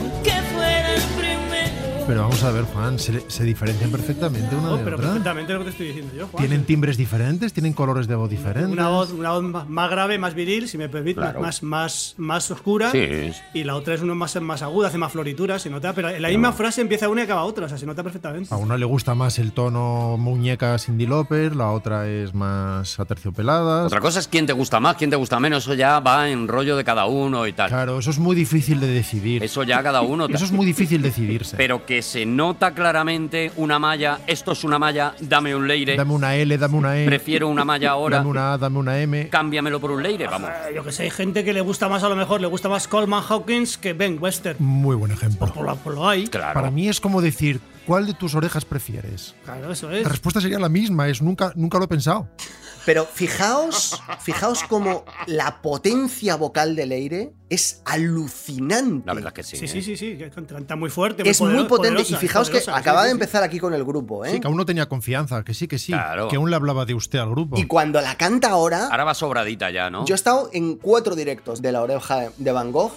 K: aunque fuera el primero.
F: Pero vamos a ver, Juan, se, se diferencian perfectamente una
G: Oh,
F: de
G: pero
F: otra.
G: perfectamente lo que te estoy diciendo yo, Juan.
F: Tienen timbres diferentes, tienen colores de voz diferentes.
G: Una voz, una voz más- más grave, más viril, si me permite,
B: Claro.
G: más, más, más oscura.
B: Sí.
G: Y la otra es una más, más aguda, hace más florituras, se nota. Pero en la misma frase empieza una y acaba otra, o sea, se nota perfectamente.
F: A una le gusta más el tono muñeca Cindy Lauper, la otra es más aterciopelada.
B: Otra cosa es quién te gusta más, quién te gusta menos, eso ya va en rollo de cada uno y tal.
F: Claro, eso es muy difícil de decidir.
B: Eso ya cada uno.
F: Eso es muy difícil decidirse.
B: Pero que que se nota claramente una malla, esto es una malla, dame un leire.
F: Dame una L, dame una E.
B: eh, Prefiero una malla ahora.
F: Dame una A, dame una M.
B: Cámbiamelo por un leire, vamos.
G: Eh, Yo que sé, hay gente que le gusta más, a lo mejor, le gusta más Coleman Hawkins que Ben Wester. Pues
F: Muy buen ejemplo.
G: Por lo, por lo hay.
B: Claro.
F: Para mí es como decir, ¿cuál de tus orejas prefieres?
G: Claro, eso
F: La
G: es.
F: respuesta sería la misma, es nunca, nunca lo he pensado.
B: ¿Eh?
E: Pero fijaos, fijaos como la potencia vocal del aire es alucinante.
B: La verdad que sí.
G: Sí,
B: ¿eh?
G: sí, sí, sí, que canta muy fuerte.
E: es muy
G: poderosa,
E: potente. y
G: poderosa,
E: fijaos que
G: poderosa, sí,
E: acaba
G: sí,
E: de
G: sí.
E: empezar aquí con el grupo, ¿eh?
F: Sí, que aún no tenía confianza, que sí, que sí.
B: Claro.
F: Que aún le hablaba de usted al grupo.
E: Y cuando la canta ahora,
B: Ahora va sobradita ya, ¿no?
E: yo he estado en cuatro directos de la oreja de Van Gogh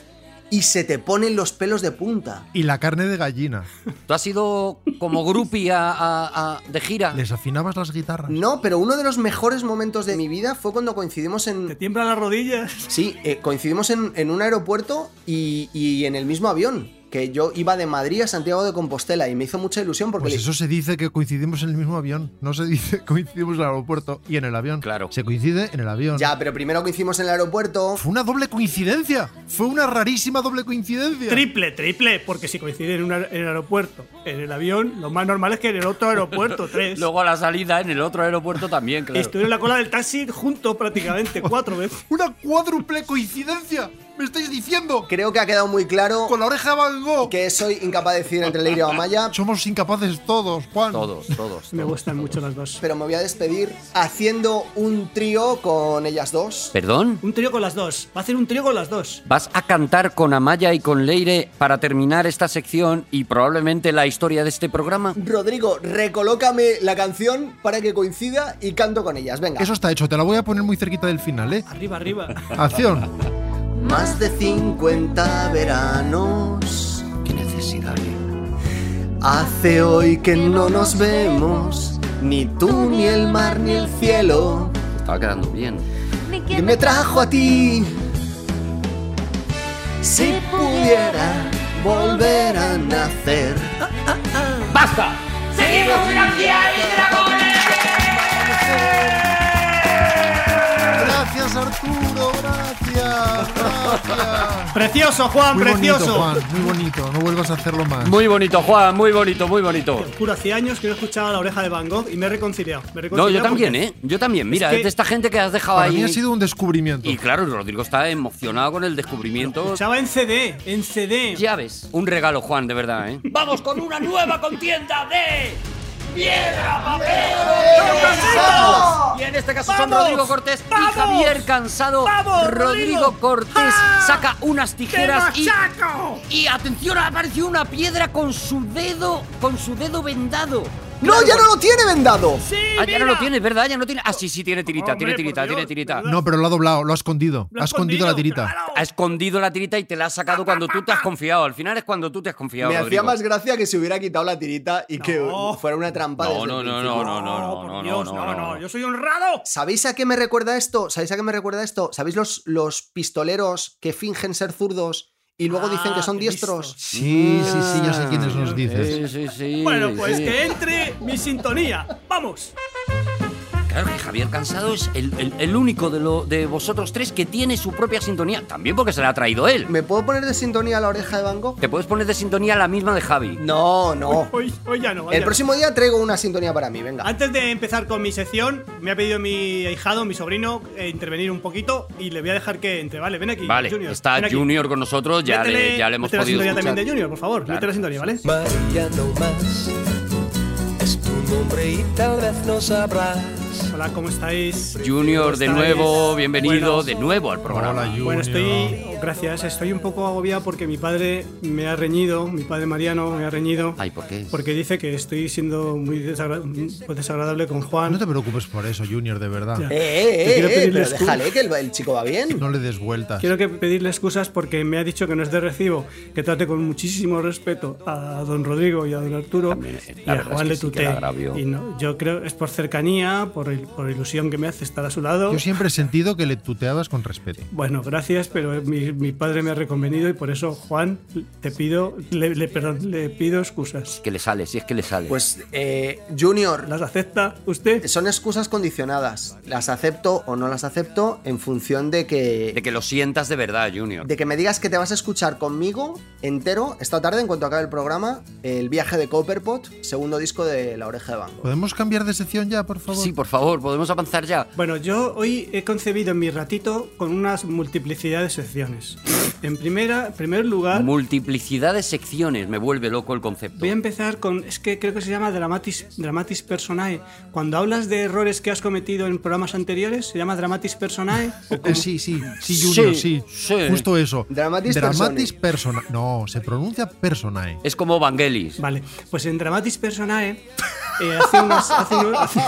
E: y se te ponen los pelos de punta.
F: Y la carne de gallina.
B: ¿Tú has ido como grupi a, a- a- de gira?
F: ¿Les afinabas las guitarras?
E: No, pero uno de los mejores momentos de mi vida fue cuando coincidimos
G: Te
E: en.
G: tiemblan las rodillas.
E: Sí, eh, coincidimos en, en un aeropuerto y, y en el mismo avión. Que yo iba de Madrid a Santiago de Compostela y me hizo mucha ilusión porque
F: Pues
E: le-
F: eso se dice que coincidimos en el mismo avión. No se dice <laughs> coincidimos en el aeropuerto y en el avión.
B: Claro.
F: Se coincide en el avión.
E: Ya, pero primero coincidimos en el aeropuerto.
F: Fue una doble coincidencia. Fue una rarísima doble coincidencia.
G: Triple, triple, porque si coinciden en, un aer- en el aeropuerto, en el avión, lo más normal es que en el otro
E: <laughs>
G: aeropuerto, tres.
B: Luego a la salida en el otro aeropuerto también, claro.
G: Estuvieron en la cola del taxi
B: <laughs>
G: juntos prácticamente, cuatro veces.
F: ¡Una cuádruple coincidencia! ¡Me estáis diciendo!
E: Creo que ha quedado muy claro
F: ¡Con la oreja de Van Gogh!
E: que soy incapaz de decidir entre Leire o Amaya,
F: Somos incapaces todos, Juan.
B: Todos, todos.
G: Me
B: todos,
G: gustan
B: todos.
G: mucho las dos.
E: pero me voy a despedir haciendo un trío con ellas dos.
B: ¿Perdón?
G: Un trío con las dos. Va a hacer un trío con las dos.
B: Vas a cantar con Amaya y con Leire para terminar esta sección y probablemente la historia de este programa.
E: Rodrigo, recolócame la canción para que coincida y canto con ellas. Venga.
F: Eso está hecho, te la voy a poner muy cerquita del final, ¿eh?
B: <laughs>
G: Arriba, arriba.
F: Acción.
E: Más de 50 veranos.
B: Qué necesidad.
F: ¿eh?
E: Hace hoy que no nos vemos. Ni tú, ni el mar, ni el cielo.
B: Estaba quedando bien.
E: Y me trajo a ti. Si pudiera volver a nacer.
D: ¡Seguimos en Anguía y Dragones!
F: Gracias, Arturo, gracias, gracias.
G: Precioso, Juan,
F: Muy
G: precioso.
F: bonito, Juan, muy bonito. No vuelvas a hacerlo más.
B: Muy bonito, Juan, muy bonito, muy bonito.
G: Te juro, hace años que no escuchaba la oreja de Van Gogh y me he reconciliado. Me he
B: No,
G: reconciliado
B: yo también,
G: porque-
B: ¿eh? Yo también. Mira,
G: Es que-
B: es de esta gente que has dejado
F: Para
B: ahí.
F: mí ha sido un descubrimiento.
B: Y claro, Rodrigo está emocionado con el descubrimiento.
G: Escuchaba en CD, en CD.
B: Ya ves. Un regalo, Juan, de verdad, ¿eh?
D: ¡Vamos con una nueva contienda de... ¡Piedra, papel
B: Y en este caso son
D: ¡Vamos!
B: Rodrigo Cortés
D: ¡Vamos!
B: y Javier Cansado.
D: ¡Vamos,
B: Rodrigo,
D: Rodrigo!
B: Cortés
D: ¡Ah!
B: saca unas
D: ¡Te
B: tijeras y
D: machaco!
B: y atención, ha aparecido una piedra con su dedo, con su dedo vendado.
E: ¡No, ya no lo tiene vendado!
D: ¡Sí,
B: Ah, ya no
D: mira!
B: lo tiene, ¿verdad? Ya no tiene. Ah, sí, sí, tiene tirita,
G: Hombre,
B: tiene tirita,
G: por Dios,
B: tiene tirita.
G: ¿verdad?
F: No, pero lo ha doblado, lo ha escondido.
G: Lo
F: ha escondido la tirita.
G: claro.
B: Ha escondido la tirita y te la ha sacado cuando tú te has confiado. Al final es cuando tú te has confiado.
E: Me hacía
B: Rodrigo.
E: más gracia que se hubiera quitado la tirita y que
G: No.
E: fuera una trampa.
B: No,
E: desde el
B: no, no, no,
E: principio.
B: no, no,
G: Oh, por
B: no, no,
G: Dios,
B: no, no, no.
G: Yo soy honrado.
E: ¿Sabéis a qué me recuerda esto? ¿Sabéis a qué me recuerda esto? ¿Sabéis los, los pistoleros que fingen ser zurdos y luego
G: Ah,
E: dicen que son
G: qué
E: diestros?
F: Mm, Sí, sí, sí, ya sé quiénes nos dices.
B: Sí, sí, sí.
G: <laughs> Bueno, pues
B: sí.
G: que entre mi sintonía. Vamos.
B: Claro que Javier Cansado es el, el- el único de, lo, de vosotros tres que tiene su propia sintonía. También porque se la ha traído él.
E: ¿Me puedo poner de sintonía la oreja de Van Gogh?
B: Te puedes poner de sintonía la misma de Javi.
E: No, no.
G: Hoy, hoy ya no. ya
E: El
G: no.
E: próximo día traigo una sintonía para mí,
B: Ah,
E: venga.
G: Antes de empezar con mi sección, me ha pedido mi ahijado, mi sobrino, eh, intervenir un poquito y le voy a dejar que entre. Vale, ven aquí.
B: Vale,
G: Junior,
B: está
G: ven aquí.
B: Junior con nosotros, ya,
G: Métele-
B: le, ya le hemos
G: mete la
B: podido
G: sintonía
B: escuchar.
G: también de Junior, por favor. Mete la sintonía, ¿vale?
L: María no más es tu nombre y tal vez no sabrás.
G: Hola, ¿cómo estáis?
B: Junior, de
G: ¿Cómo estáis?
B: nuevo, bienvenido
G: Bueno.
B: de nuevo al programa.
F: Hola,
G: Bueno, estoy.
F: Junior.
G: Gracias, estoy un poco agobiado porque mi padre me ha reñido, mi padre Mariano me ha reñido.
B: Ay, ¿por qué?
G: Porque dice que estoy siendo muy desagra- pues, desagradable con Juan.
F: Ah, No te preocupes por eso, Junior, de verdad.
E: Eh, eh,
G: Te quiero
E: eh, eh,
G: pedirle
E: pero
G: excu-
E: déjale que el, el chico va bien.
F: No le des vueltas.
G: Quiero que pedirle excusas porque me ha dicho que no es de recibo, que trate con muchísimo respeto a don Rodrigo y a don Arturo
B: También, eh,
G: y
B: la
G: a
B: verdad
G: Juan
B: es que
G: le
B: sí que
G: tutee.
B: la agravió.
G: Y no, yo creo es por cercanía, por el, por ilusión que me hace estar a su lado.
F: Yo siempre he sentido que le tuteabas con respeto.
G: Bueno, gracias, pero mi, mi padre me ha reconvenido y por eso, Juan, te pido, le, le- perdón, le pido excusas.
B: Que le sale, si es que le sale.
E: Pues, eh, Junior.
G: ¿Las acepta usted?
E: Son excusas condicionadas. Las acepto o no las acepto en función de que.
B: De que lo sientas de verdad, Junior.
E: De que me digas que te vas a escuchar conmigo entero esta tarde, en cuanto acabe el programa, el viaje de Copperpot, segundo disco de La Oreja de Van Gogh.
F: ¿Podemos cambiar de sección ya, por favor? Eh,
B: Sí, por favor, podemos avanzar ya.
G: Bueno, yo hoy he concebido mi ratito con una multiplicidad de secciones. En primera, primer lugar,
B: Multiplicidad de secciones, me vuelve loco el concepto.
G: Voy a empezar con, es que creo que se llama dramatis, dramatis personae. Cuando hablas de errores que has cometido en programas anteriores, se llama dramatis personae. ¿O cómo?
F: Eh, sí, sí, sí, Junior, sí.
B: sí.
F: Justo eso.
E: Dramatis
F: persona. No, se pronuncia personae.
B: Es como Vangelis.
G: Vale, pues en dramatis personae eh, hace, unos, hace unos- <laughs> hace-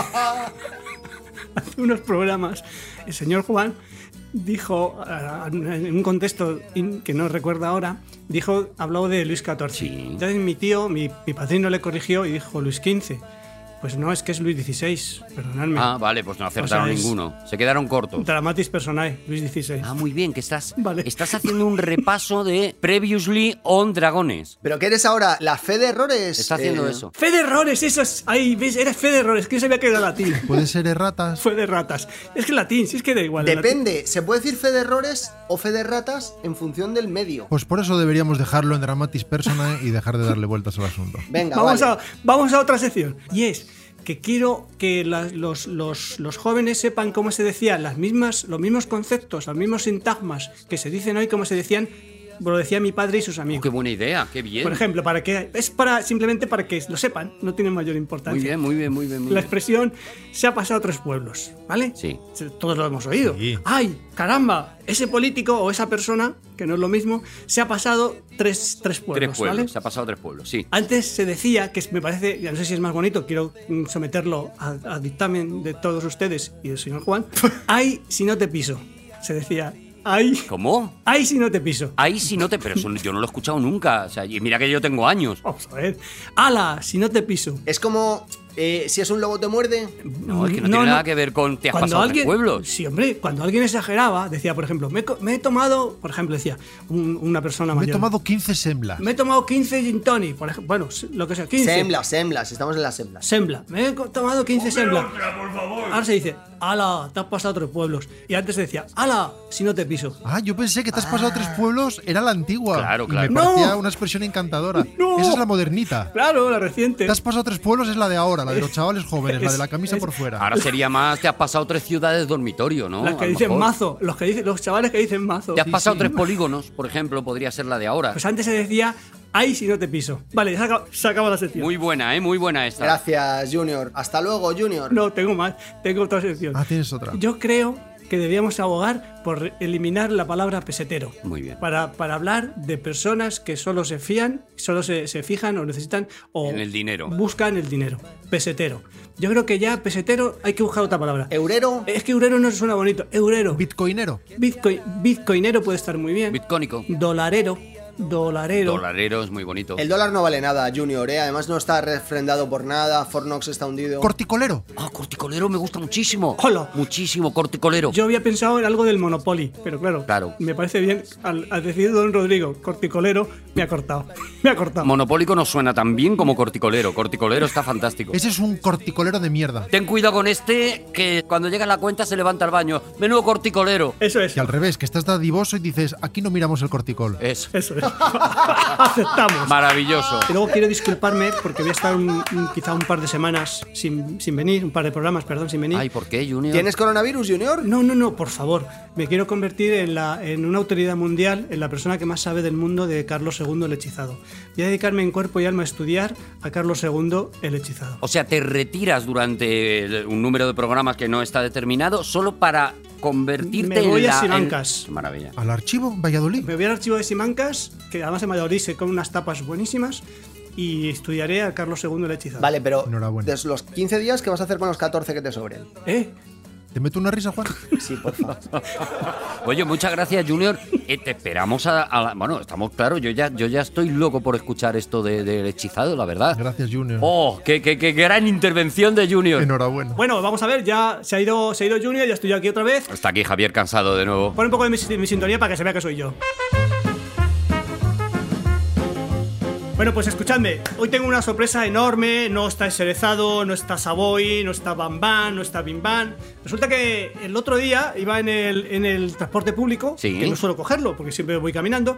G: hace unos programas el señor Juan dijo ah, en un contexto in- que no recuerdo ahora dijo habló de Luis XIV entonces mi tío mi, mi padrino le corrigió y dijo Luis XV pues no es que es Luis XVI perdonadme
B: Ah, vale, pues no acertaron
G: O sea, es-
B: ninguno. Se quedaron cortos.
G: Dramatis personae, Luis XVI.
B: Ah, muy bien, que estás, estás haciendo un repaso de Previously on Dragones.
E: ¿Pero qué eres ahora? ¿La fe de errores? Eh,
B: Está haciendo eso.
G: Fe de errores, eso es. Ahí, ¿ves? Era fe de errores, que se había quedado latín. <laughs>
F: Puede ser erratas.
G: Fue de ratas. Es que latín, si es que da igual. el
E: Depende, ¿se puede decir fe de errores o fe de ratas en función del medio?
F: Pues por eso deberíamos dejarlo en dramatis personae y dejar de darle vueltas al asunto.
E: Venga,
G: vamos,
E: vale.
G: a, vamos a otra sección. Y es que quiero que las- los, los- los jóvenes sepan cómo se decían las mismas, los mismos conceptos, los mismos sintagmas que se dicen hoy, como se decían, lo decía mi padre y sus amigos.
B: Oh, Qué buena idea, qué bien.
G: Por ejemplo, para que es para simplemente para que lo sepan, no tiene mayor importancia.
B: Muy bien, muy bien, muy bien. muy
G: La
B: bien.
G: expresión se ha pasado a tres pueblos, ¿vale?
B: Sí.
G: Se- Todos lo hemos oído.
F: Sí.
G: ¡Ay, caramba! Ese político o esa persona, que no es lo mismo, se ha pasado tres, tres pueblos,
B: Tres pueblos,
G: ¿vale?
B: se ha pasado tres pueblos, sí.
G: Antes se decía, que me parece, ya no sé si es más bonito, quiero mm, someterlo a, a dictamen de todos ustedes y del señor
B: <laughs>
G: Juan. ¡Ay, si no te piso! Se decía, ¡ay!
B: ¿Cómo?
G: ¡Ay, si no te piso!
B: Ahí sí no te... Pero eso no- yo no lo he escuchado nunca. O sea, y mira que yo tengo años.
G: Vamos a ver. ¡Hala, si no te piso!
E: Es como eh, si es un lobo te muerde.
B: No, es que no, tiene nada que ver con te has pasado tres pueblos.
G: Sí, hombre, cuando alguien exageraba, decía, por ejemplo, me, he co- me he tomado, por ejemplo, decía un- una persona
F: Me he
G: mayor.
F: tomado 15 semblas.
G: "Me he tomado 15 gin tonic", por ejemplo, bueno, s- lo que sea, 15.
E: Semblas, semblas, estamos en las semblas.
G: Sembla. Me he co- tomado 15 sembla.
H: por favor.
G: Ahora se dice, ala, te has pasado tres pueblos. Y antes se decía, ala, si no te piso.
F: Ah, yo pensé que te has pasado tres pueblos, era la antigua.
B: Claro,
F: Y
B: claro.
F: me parecía
G: Ah. ¡No!
F: una expresión encantadora.
G: ¡No!
F: Esa es la modernita.
G: Claro, la reciente.
F: Te has pasado tres pueblos es la de ahora, la de los chavales jóvenes, la de la
G: Es-
F: camisa
G: es-
F: por fuera.
B: Ahora sería más, te has pasado tres ciudades dormitorio, ¿no?
G: Las
B: A
G: que
B: lo
G: dicen
B: mejor.
G: mazo, los, que dicen, los chavales que dicen mazo.
B: Te has
G: Sí,
B: pasado
G: sí.
B: tres polígonos, por ejemplo, podría ser la de ahora.
G: Pues antes se decía, ay, si no te piso. Vale, se acaba, se acaba la sección.
B: Muy buena, ¿eh? Muy buena esta.
E: Gracias, Junior. Hasta luego, Junior.
G: No, tengo más, tengo otra sección.
F: Ah, tienes otra.
G: Yo creo que debíamos abogar por eliminar la palabra pesetero.
B: Muy bien.
G: Para, para hablar de personas que solo se fían, solo se, se fijan o necesitan o
B: En el dinero.
G: buscan el dinero. Pesetero. Yo creo que ya pesetero hay que buscar otra palabra.
E: Eurero,
G: Es que eurero no suena bonito. Eurero.
F: Bitcoinero.
G: Bitcoin, bitcoinero puede estar muy bien.
B: Bitcónico.
G: Dolarero. Dolarero.
B: Dolarero es muy bonito.
E: el dólar no vale nada, Junior, ¿eh? Además no está refrendado por nada, Fornox está hundido.
F: Corticolero.
B: Ah, corticolero me gusta muchísimo.
G: Hola.
B: Muchísimo, corticolero.
G: Yo había pensado en algo del Monopoly, pero claro,
B: Claro.
G: me parece bien, al, al decir don Rodrigo, corticolero, me ha cortado. <laughs> Me ha cortado.
B: Monopólico no suena tan bien como corticolero. Corticolero está fantástico.
F: Ese es un corticolero de mierda.
B: Ten cuidado con este, que cuando llega la cuenta se levanta al baño. Menudo corticolero.
G: Eso es.
F: Y al revés, que estás dadivoso y dices, aquí no miramos el corticol.
B: Eso.
G: Eso es. <laughs> Aceptamos.
B: Maravilloso.
G: Y luego quiero disculparme porque voy a estar un- un- quizá un par de semanas sin, sin venir, un par de programas, perdón, sin venir.
B: Ay, ¿por qué, Junior?
E: ¿Tienes coronavirus, Junior?
G: No, no, no, por favor. Me quiero convertir en, la, en una autoridad mundial, en la persona que más sabe del mundo de Carlos II el hechizado. Voy a dedicarme en cuerpo y alma a estudiar a Carlos II el hechizado.
B: O sea, te retiras durante el- un número de programas que no está determinado solo para convertirte
G: Me voy
B: en
G: a
B: la... en-
G: Simancas.
B: Qué maravilla.
F: Al archivo Valladolid.
G: Me voy al archivo de Simancas, que además en Valladolid se comen unas tapas buenísimas, y estudiaré a Carlos II el hechizado.
E: Vale, pero
F: Enhorabuena.
E: des- los 15 días, ¿qué vas a hacer con los 14 que te sobren?
G: ¿Eh?
F: ¿Te meto
B: <laughs>
F: una risa, Juan?
E: Sí, por favor.
B: Oye, muchas gracias, Junior. Eh, te esperamos a, a la- Bueno, estamos claros, yo ya, yo ya estoy loco por escuchar esto del de, del hechizado, la verdad.
F: Gracias, Junior.
B: ¡Oh, qué, qué- qué gran intervención de Junior!
F: Enhorabuena.
G: Bueno, vamos a ver, ya se ha ido, se ha ido Junior, ya estoy yo aquí otra vez.
B: Está aquí Javier cansado de nuevo.
F: Pues,
G: Pon un poco de mi, de mi sintonía para que se vea que soy yo. Bueno, pues escuchadme, hoy tengo una sorpresa enorme, no está Eserezado, no está Savoy, no está Bambán, no está Bimbán. Resulta que el otro día iba en el, en el transporte público,
B: Sí.
G: que no suelo cogerlo porque siempre voy caminando,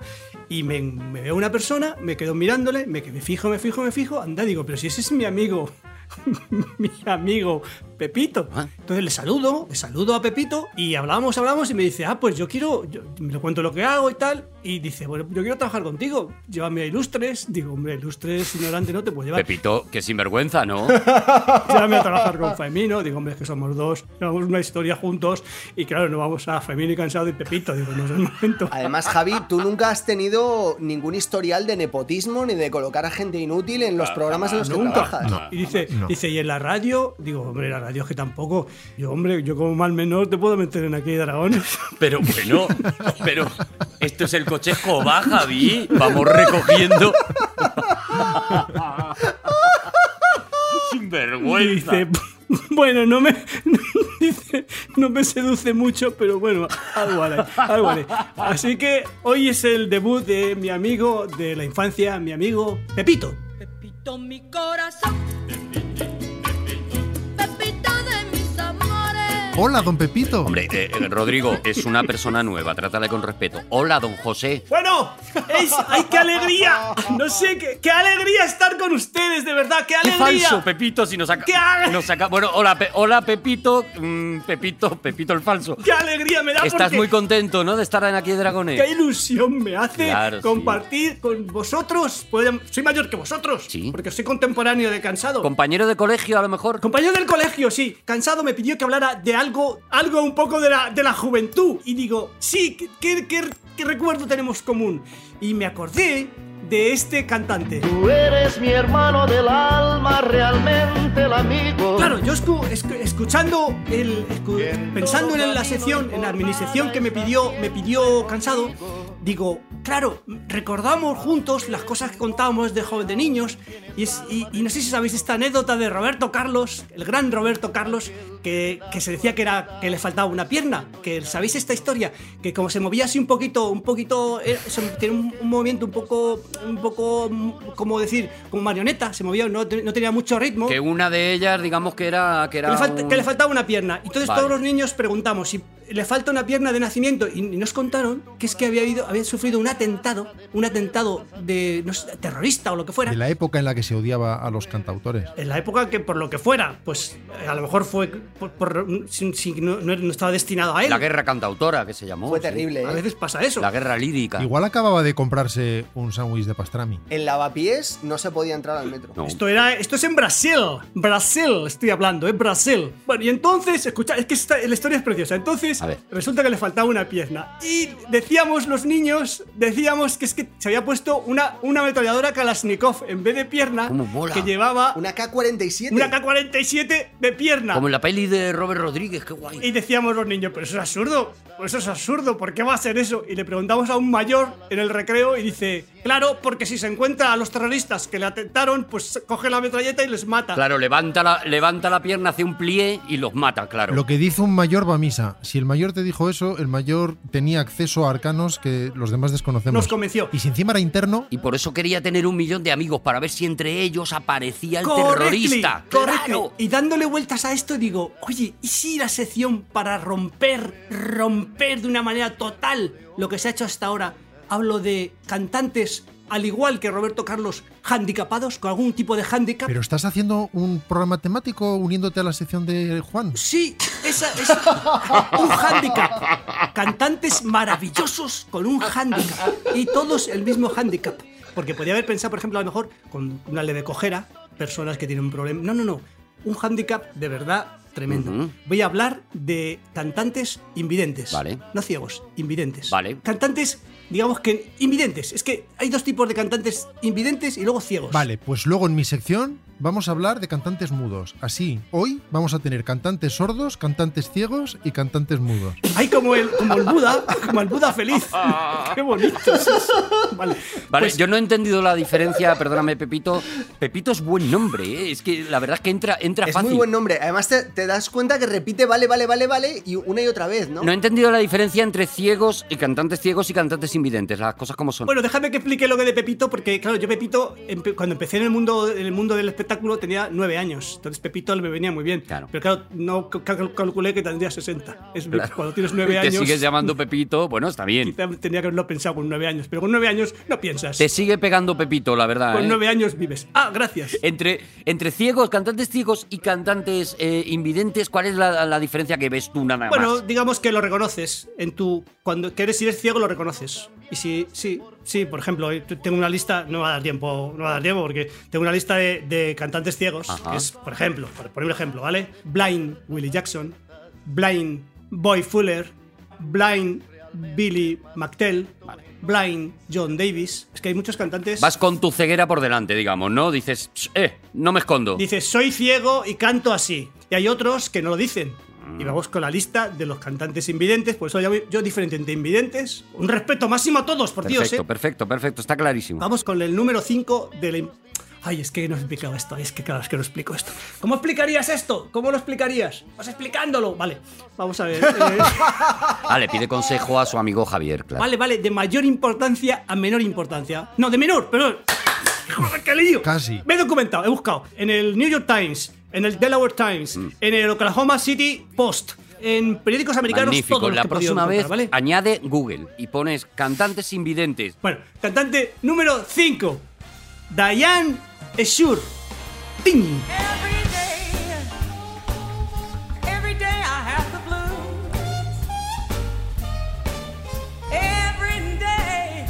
G: y me, me veo una persona, me quedo mirándole, me, que- me fijo, me fijo, me fijo, anda, digo, pero si ese es mi amigo, <laughs> mi amigo Pepito. Entonces le saludo, le saludo a Pepito y hablamos, hablamos y me dice, ah, pues yo quiero, yo- me lo cuento lo que hago y tal. Y dice, bueno, yo quiero trabajar contigo, llévame a Ilustres. Digo, hombre, Ilustres, ignorante, no te puedo llevar.
B: Pepito, qué sinvergüenza, ¿no?
G: Llévame a trabajar con Femino. Digo, hombre, es que somos dos, llevamos una historia juntos y claro, no vamos a Femino y cansado y Pepito. Digo, no es el momento.
E: Además, Javi, tú nunca has tenido ningún historial de nepotismo ni de colocar a gente inútil en los programas en los que trabajas.
G: Y dice,
E: No.
G: dice, ¿y en la radio? Digo, hombre, la radio es que tampoco. Yo, hombre, yo como mal menor te puedo meter en aquí dragones. <laughs>
M: Pero bueno, pero esto es el coche escoba, Javi. Vamos recogiendo. Sinvergüenza.
G: Y dice, bueno, no me, <laughs> dice, no me seduce mucho, pero bueno, algo haré, algo haré". Así que hoy es el debut de mi amigo de la infancia, mi amigo Pepito.
J: Pepito mi corazón. Pepito de mis amores.
F: Hola, don Pepito.
B: Hombre, eh, eh, Rodrigo, es una persona nueva, trátale con respeto. Hola, don José.
G: Bueno, es, ¡ay, qué alegría! No sé, qué, qué alegría estar con ustedes, de verdad, qué
M: ¡Qué
G: alegría.
M: falso, Pepito! Si nos saca.
G: ¡Qué alegría!
M: Nos saca bueno, hola, Pe- hola Pepito. Mm, Pepito, Pepito el falso.
G: ¡Qué alegría me da
M: Estás
G: porque-
M: muy contento, ¿no? De estar en aquí de Dragones.
G: ¡Qué ilusión me hace
M: Claro, sí.
G: compartir con vosotros! Pueden- Soy mayor que vosotros, porque soy contemporáneo de cansado.
M: Compañero de colegio, a lo mejor.
G: Compañero del colegio, sí. Cansado me pidió que hablara de algo, algo un poco de la, de la juventud. Y digo, sí, ¿qué, qué, qué- qué recuerdo tenemos común? Y me acordé de este cantante.
N: Tú eres mi hermano del alma, realmente el amigo.
G: Claro, yo escu- escu- escuchando el escu- pensando en la sección, en la mini sección que me pidió, me pidió cansado, digo, claro, recordamos juntos las cosas que contábamos de joven de niños y, es- y- y no sé si sabéis esta anécdota de Roberto Carlos, el gran Roberto Carlos que, que se decía que era que le faltaba una pierna, que sabéis esta historia que como se movía así un poquito, un poquito, eh, se- tiene un, un movimiento un poco, un poco, mm, como decir, como marioneta, se movía, no, te- no tenía mucho ritmo.
B: Que una de ellas, digamos que era. Que,
G: Que
B: era
G: le, falta-
B: un-
G: que le faltaba una pierna. Entonces
B: Vale.
G: todos los niños preguntamos si le falta una pierna de nacimiento y nos contaron que es que había, habido, había sufrido un atentado, un atentado de no sé, terrorista o lo que fuera.
F: De la época en la que se odiaba a los cantautores.
G: En la época que por lo que fuera, pues eh, a lo mejor fue por, por- si- si no, no- no estaba destinado a él.
B: La guerra cantautora, que se llamó.
G: Fue
B: sí.
G: terrible, ¿eh? A veces pasa eso.
B: La guerra lírica.
F: Igual acababa de comprarse un sándwich de pastrami.
E: En lavapiés no se podía entrar al metro.
G: Esto, era, esto es en Brasil. Brasil, estoy hablando, es Brasil. Bueno, y entonces, escucha, es que esta- la historia es preciosa. Entonces, resulta que le faltaba una pierna. Y decíamos los niños, decíamos que es que se había puesto una, una ametralladora Kalashnikov en vez de pierna, que llevaba
E: Una K-47.
G: una K-47 de pierna.
B: Como en la peli de Robert Rodríguez, qué guay.
G: Y decíamos los niños, pero eso es absurdo, pero eso es absurdo, ¿por qué va a ser eso? Y le preguntamos a un mayor en el recreo y dice, claro, porque si se encuentra a los terroristas que le atentaron, pues coge la metralleta y les mata.
B: Claro, levanta la, levanta la pierna, hace un plié y los mata, claro.
F: Lo que dice un mayor va a misa. Si el mayor te dijo eso, el mayor tenía acceso a arcanos que los demás desconocemos.
B: Nos
G: convenció.
F: Y si encima era interno,
B: Y por eso quería tener un millón de amigos para ver si entre ellos aparecía el
G: Correctly,
B: terrorista.
G: correctly.
B: ¡Claro!
G: Y dándole vueltas a esto digo, oye, ¿y si la sección para romper, romper de una manera total lo que se ha hecho hasta ahora? Hablo de cantantes, al igual que Roberto Carlos, handicapados, con algún tipo de handicap.
F: pero estás haciendo un programa temático uniéndote a la sección de Juan.
G: Sí, esa es un handicap. Cantantes maravillosos con un handicap. Y todos el mismo handicap. Porque podía haber pensado, por ejemplo, a lo mejor con una leve cojera, personas que tienen un problema. No, no, no. Un handicap de verdad tremendo. Voy a hablar de cantantes invidentes. Vale. No ciegos, invidentes. Vale. Cantantes digamos que invidentes. Es que hay dos tipos de cantantes invidentes y luego ciegos.
F: Vale, pues luego en mi sección vamos a hablar de cantantes mudos. Así, hoy vamos a tener cantantes sordos, cantantes ciegos y cantantes mudos.
G: Hay como el, como el Buda, como el Buda feliz. Qué bonito. es eso. Vale.
B: Vale,
G: Pues
B: yo no he entendido la diferencia, perdóname Pepito. Pepito es buen nombre, ¿eh? es que la verdad es que entra, entra
E: Es
B: fácil.
E: muy buen nombre. Además, te, te das cuenta que repite vale, vale, vale, vale y una y otra vez, ¿no?
B: No he entendido la diferencia entre ciegos y cantantes ciegos y cantantes invidentes, las cosas como son.
G: Bueno, déjame que explique lo que de Pepito, porque claro, yo Pepito, empe- cuando empecé en el mundo, en el mundo del espectáculo, tenía nueve años. Entonces Pepito me venía muy bien. Pero claro, no cal- calculé que tendría 60. Es mi-
B: Claro.
G: cuando tienes
B: <laughs>
G: nueve
B: Te
G: años.
B: sigues llamando Pepito, bueno, está bien.
G: quizá Tendría que haberlo pensado con nueve años, pero con nueve años no piensas.
B: Te sigue pegando Pepito, la verdad.
G: Con
B: ¿eh?
G: nueve años vives. Ah, gracias.
B: Entre, entre ciegos, cantantes ciegos y cantantes eh, invidentes, ¿cuál es la, la diferencia que ves tú nada
G: Bueno,
B: más?
G: digamos que lo reconoces en tu cuando que eres si eres ciego lo reconoces. Y si sí, sí, por ejemplo, eh, tengo una lista, no va a dar tiempo, no va a dar tiempo porque tengo una lista de, de cantantes ciegos,
B: Ajá.
G: que es por ejemplo, por poner un ejemplo, ¿vale? Blind Willie Jackson, Blind Boy Fuller, Blind Billy McTell, Blind John Davis. Es que hay muchos cantantes
B: Vas con tu ceguera por delante, digamos, ¿no? Dices, "Ch, eh, no me escondo.
G: Dice, soy ciego y canto así. Y hay otros que no lo dicen.
B: Mm.
G: Y vamos con la lista de los cantantes invidentes, por eso llamo yo diferente entre invidentes. Un respeto máximo a todos, por
B: perfecto,
G: Dios, ¿eh?
B: perfecto, perfecto, está clarísimo.
G: Vamos con el número 5 de la... im- Ay, es que no he explicado esto, es que claro, es que no explico esto. ¿Cómo explicarías esto? ¿Cómo lo explicarías? Pues explicándolo. Vale, vamos a ver. eh,
B: <laughs> Ah, le pide consejo a su amigo Javier, claro.
G: vale, vale, de mayor importancia a menor importancia. No, de menor, perdón. <laughs> Joder, ¡Qué lío!
F: Casi.
G: Me he documentado, he buscado en el New York Times, en el Delaware Times, en el Oklahoma City Post, en periódicos americanos
B: Magnífico.
G: todos los
B: la
G: que he podido
B: próxima vez
G: encontrar, ¿vale?
B: añade Google y pones cantantes invidentes.
G: Bueno, cantante número 5, Diane Eshur. ¡Ting!
O: Every day I have the blues. Every day,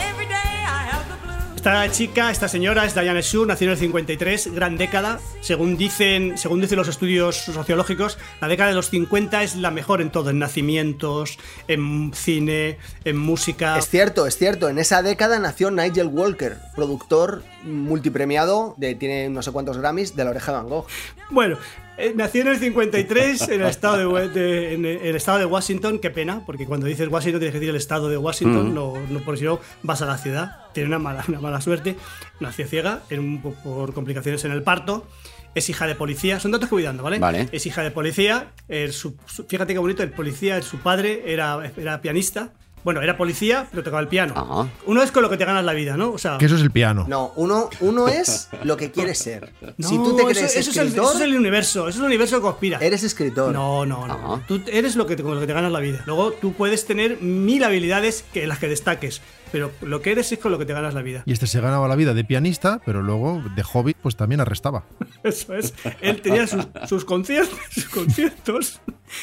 O: every day I have the blues.
G: Esta chica, esta señora es Diane Shore, nació en el 53, gran década. Según dicen, según dicen los estudios sociológicos, la década de los 50 es la mejor en todo, en nacimientos, en cine, en música.
E: Es cierto, es cierto. En esa década nació Nigel Walker, productor multipremiado, de, tiene no sé cuántos Grammys, de la oreja de Van Gogh.
G: Bueno, eh, nació en el 53 en el estado de, Wa- de- en el- el estado de Washington. Qué pena, porque cuando dices Washington tienes que decir el estado de Washington,
B: Mm.
G: no, no por si no vas a la ciudad. Tiene una mala, una mala suerte. Nació ciega en un- por, por complicaciones en el parto. Es hija de policía. Son datos que voy dando, ¿vale?
B: Vale.
G: Es hija de policía. eh, su- su- fíjate qué bonito, el policía, su padre era, era pianista. Bueno, era policía, pero tocaba el piano. Uno es con lo que te ganas la vida, ¿no? O sea,
F: Que eso es el piano.
E: No, uno, uno es lo que
G: <laughs>
E: quieres ser. si tú te
G: No,
E: crees
G: eso, eso es el,
E: escritor,
G: eso es el universo, eso es el universo que conspira.
E: eres escritor.
G: No, no, no. Tú eres lo que, te, con lo que te ganas la vida. Luego tú puedes tener mil habilidades que las que destaques, pero lo que eres es con lo que te ganas la vida.
F: Y este se ganaba la vida de pianista, pero luego de hobby, pues también arrestaba.
G: <laughs> Eso es. Él tenía sus, sus conciertos, <laughs> sus conciertos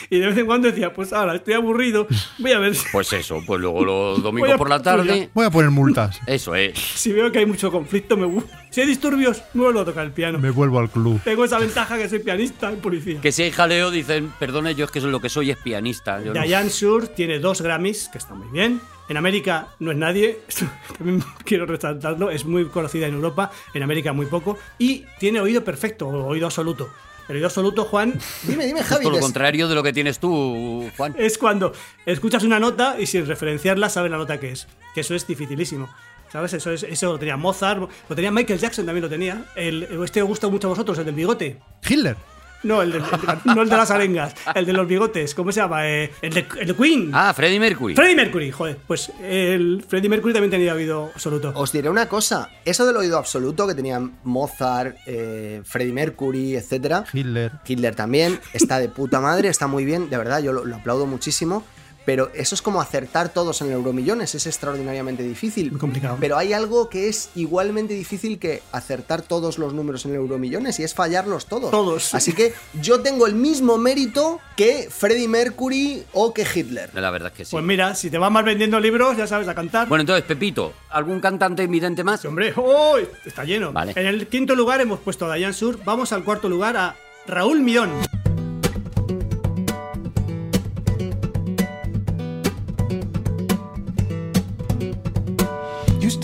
G: y de vez en cuando decía, pues ahora estoy aburrido, voy a ver <laughs> si-
B: Pues eso, pues luego los domingos
G: <laughs> Voy a-
B: por la tarde.
F: Voy a poner <laughs> multas.
B: Eso eh. es.
G: si veo que hay mucho conflicto, me vu- si hay disturbios, me vuelvo a tocar el piano.
F: Me vuelvo al club.
G: Tengo esa ventaja que soy pianista y policía.
B: Que si hay jaleo, dicen, perdone, yo es que lo que soy es pianista. Yo no-
G: Diane Shore tiene dos Grammys, que está muy bien. En América no es nadie, <laughs> esto también quiero resaltarlo, es muy conocida en Europa, en América muy poco, y tiene oído perfecto, o oído absoluto. El oído absoluto, Juan, <laughs>
E: Dime, dime,
B: Justo lo contrario de lo que tienes tú, Juan.
G: es cuando escuchas una nota y sin referenciarla sabes la nota que es, que eso es dificilísimo. ¿Sabes? Eso, es, eso lo tenía Mozart, lo tenía Michael Jackson, también lo tenía. El, este os gusta mucho a vosotros, el del bigote.
F: Hitler.
G: No, el, del- no el de las arengas, el de los bigotes, ¿cómo se llama? Eh, el, de, el de Queen.
B: Ah, Freddie Mercury.
G: Freddie Mercury, joder. Pues el Freddie Mercury también tenía oído absoluto.
B: Oh,
E: Os diré una cosa, eso del oído absoluto que tenían Mozart, eh, Freddie Mercury, etcétera,
F: Hitler.
E: Hitler también, está de puta madre, está muy bien, de verdad, yo lo, lo aplaudo muchísimo. Pero eso es como acertar todos en el Euromillones, es extraordinariamente difícil.
G: Muy complicado.
E: Pero hay algo que es igualmente difícil que acertar todos los números en el Euromillones y es fallarlos todos.
G: Todos.
E: Así que yo tengo el mismo mérito que Freddie Mercury o que Hitler.
B: La verdad es que sí.
G: Pues mira, si te vas más vendiendo libros, ya sabes a cantar.
B: Bueno, entonces, Pepito, ¿algún cantante invidente más?
G: Hombre, ¡oh! Está lleno.
B: Vale.
G: En el quinto lugar hemos puesto a Dayan Sur. Vamos al cuarto lugar a Raúl Midón.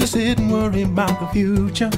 P: sitting worrying about the future.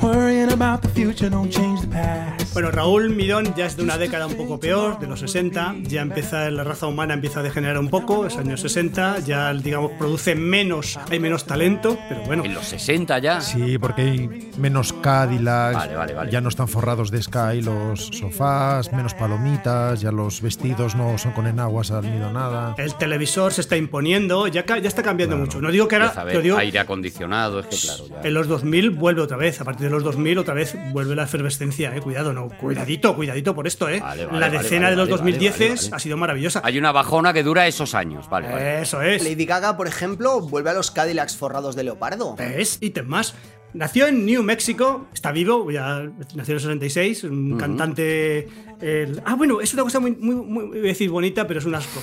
P: Worrying about the future don't change the past.
G: Bueno, Raúl Mirón ya es de una década un poco peor, de los 60, ya empieza la raza humana empieza a degenerar un poco, es años 60, ya digamos produce menos, hay menos talento, pero bueno.
B: En los 60 ya.
F: Sí, porque hay menos Cadillacs,
B: Vale, vale, vale.
F: ya no están forrados de Sky los sofás, menos palomitas, ya los vestidos no son con enaguas almidonada.
G: El televisor se está imponiendo, ya, ca- ya está cambiando mucho. No digo que
B: Ya
G: ahora,
B: sabes,
G: pero digo,
B: aire acondicionado, es que claro. ya.
G: en los 2000 vuelve otra vez, a partir de los 2000 otra vez vuelve la efervescencia, eh, cuidado, no, cuidadito, cuidadito por esto, eh.
B: vale,
G: la
B: vale,
G: decena
B: vale,
G: de los
B: vale,
G: 2010
B: vale, vale, vale.
G: ha sido maravillosa.
B: Hay una bajona que dura esos años, vale. vale.
G: Eso es.
E: Lady Gaga, por ejemplo, vuelve a los Cadillacs forrados de leopardo.
G: Es ítem más. Nació en New Mexico, está vivo, ya nació en el 66, un
E: Ujú.
G: cantante... el- ah, bueno, es una cosa muy, muy, muy- voy a decir bonita, pero es un asco.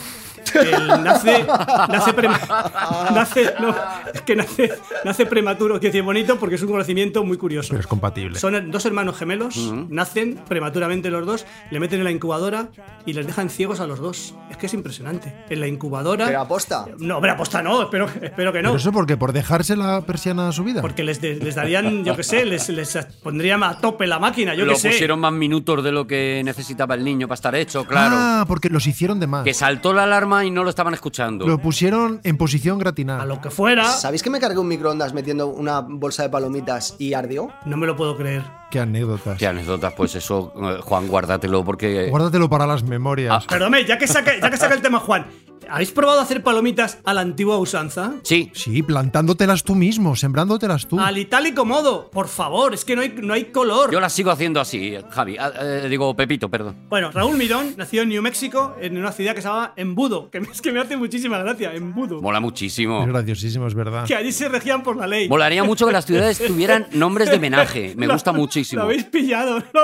G: El nace, nace, pre- <laughs> nace- no, es que nace, nace prematuro, quiero decir bonito, porque es un conocimiento muy curioso.
F: Pero es compatible.
G: Son dos hermanos gemelos,
F: Ujú.
G: nacen prematuramente los dos, le meten en la incubadora y les dejan ciegos a los dos. Es que es impresionante. En la incubadora...
E: Pero aposta.
G: No, hombre, aposta no, espero, espero que no.
F: ¿Pero eso por qué? ¿Por dejarse la persiana subida?
G: Porque les, de- les darían, yo qué sé, les, les pondrían a tope la máquina, yo
B: lo
G: qué sé.
B: pusieron más minutos de lo que necesitaba el niño para estar hecho, claro.
F: Ah, porque los hicieron de más.
B: Que saltó la alarma y no lo estaban escuchando.
F: Lo pusieron en posición gratinada.
G: lo que fuera.
E: ¿Sabéis que me cargué un microondas metiendo una bolsa de palomitas y ardió?
G: No me lo puedo creer.
F: Qué anécdotas.
B: Qué anécdotas, pues eso, eh, Juan, guárdatelo porque.
F: Guárdatelo para las
B: Ah.
F: memorias.
G: Perdóname, ya que, saca, ya que saca el tema Juan, ¿habéis probado hacer palomitas a la antigua usanza?
B: Sí.
F: Sí, plantándotelas tú mismo, sembrándotelas tú.
G: Al itálico modo, por favor, es que no hay, no hay color.
B: Yo las sigo haciendo así, Javi. Ah, eh, digo, Pepito, perdón.
G: Bueno, Raúl Mirón nació en New México, en una ciudad que se llama Embudo, que <laughs> es que me hace muchísima gracia, Embudo.
B: Mola muchísimo.
F: Es graciosísimo, es verdad.
G: Que allí se regían por la ley.
B: Molaría mucho que las
G: <laughs>
B: ciudades tuvieran nombres de homenaje. eh, Me
G: Lo- <laughs>
B: gusta
G: Lo
B: muchísimo.
G: habéis pillado, ¿no?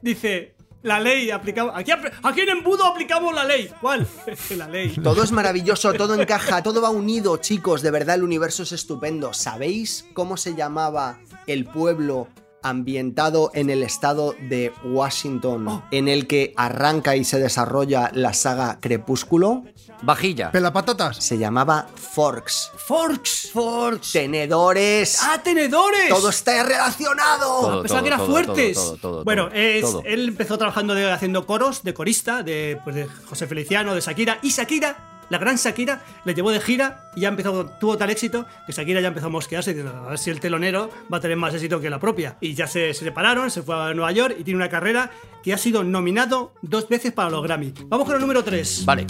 G: Dice, la ley aplicamos. Aquí, apl- aquí en embudo aplicamos la ley. ¿Cuál? <laughs> la ley.
E: Todo es maravilloso, todo encaja, todo va unido, chicos. De verdad, el universo es estupendo. ¿Sabéis cómo se llamaba el pueblo ambientado en el estado de Washington, en el que arranca y se desarrolla la saga Crepúsculo?
B: Vajilla.
F: Pelapatatas.
E: Se llamaba Forks.
G: Forks.
E: Forks. Tenedores.
G: ¡Ah, tenedores!
E: Todo está relacionado.
B: Todo,
G: Pensaba
B: todo,
G: que era
B: todo,
G: fuertes.
B: todo, todo, todo,
G: bueno,
B: todo,
G: es-
B: todo.
G: él empezó trabajando de- haciendo coros de corista, de, pues, de José Feliciano, de Shakira. Y Shakira, la gran Shakira, le llevó de gira y ya empezó, tuvo tal éxito que Shakira ya empezó a mosquearse diciendo, a ver si el telonero va a tener más éxito que la propia. Y ya se, se separaron, se fue a Nueva York y tiene una carrera que ha sido nominado dos veces para los Grammy. Vamos con el número 3.
B: Vale.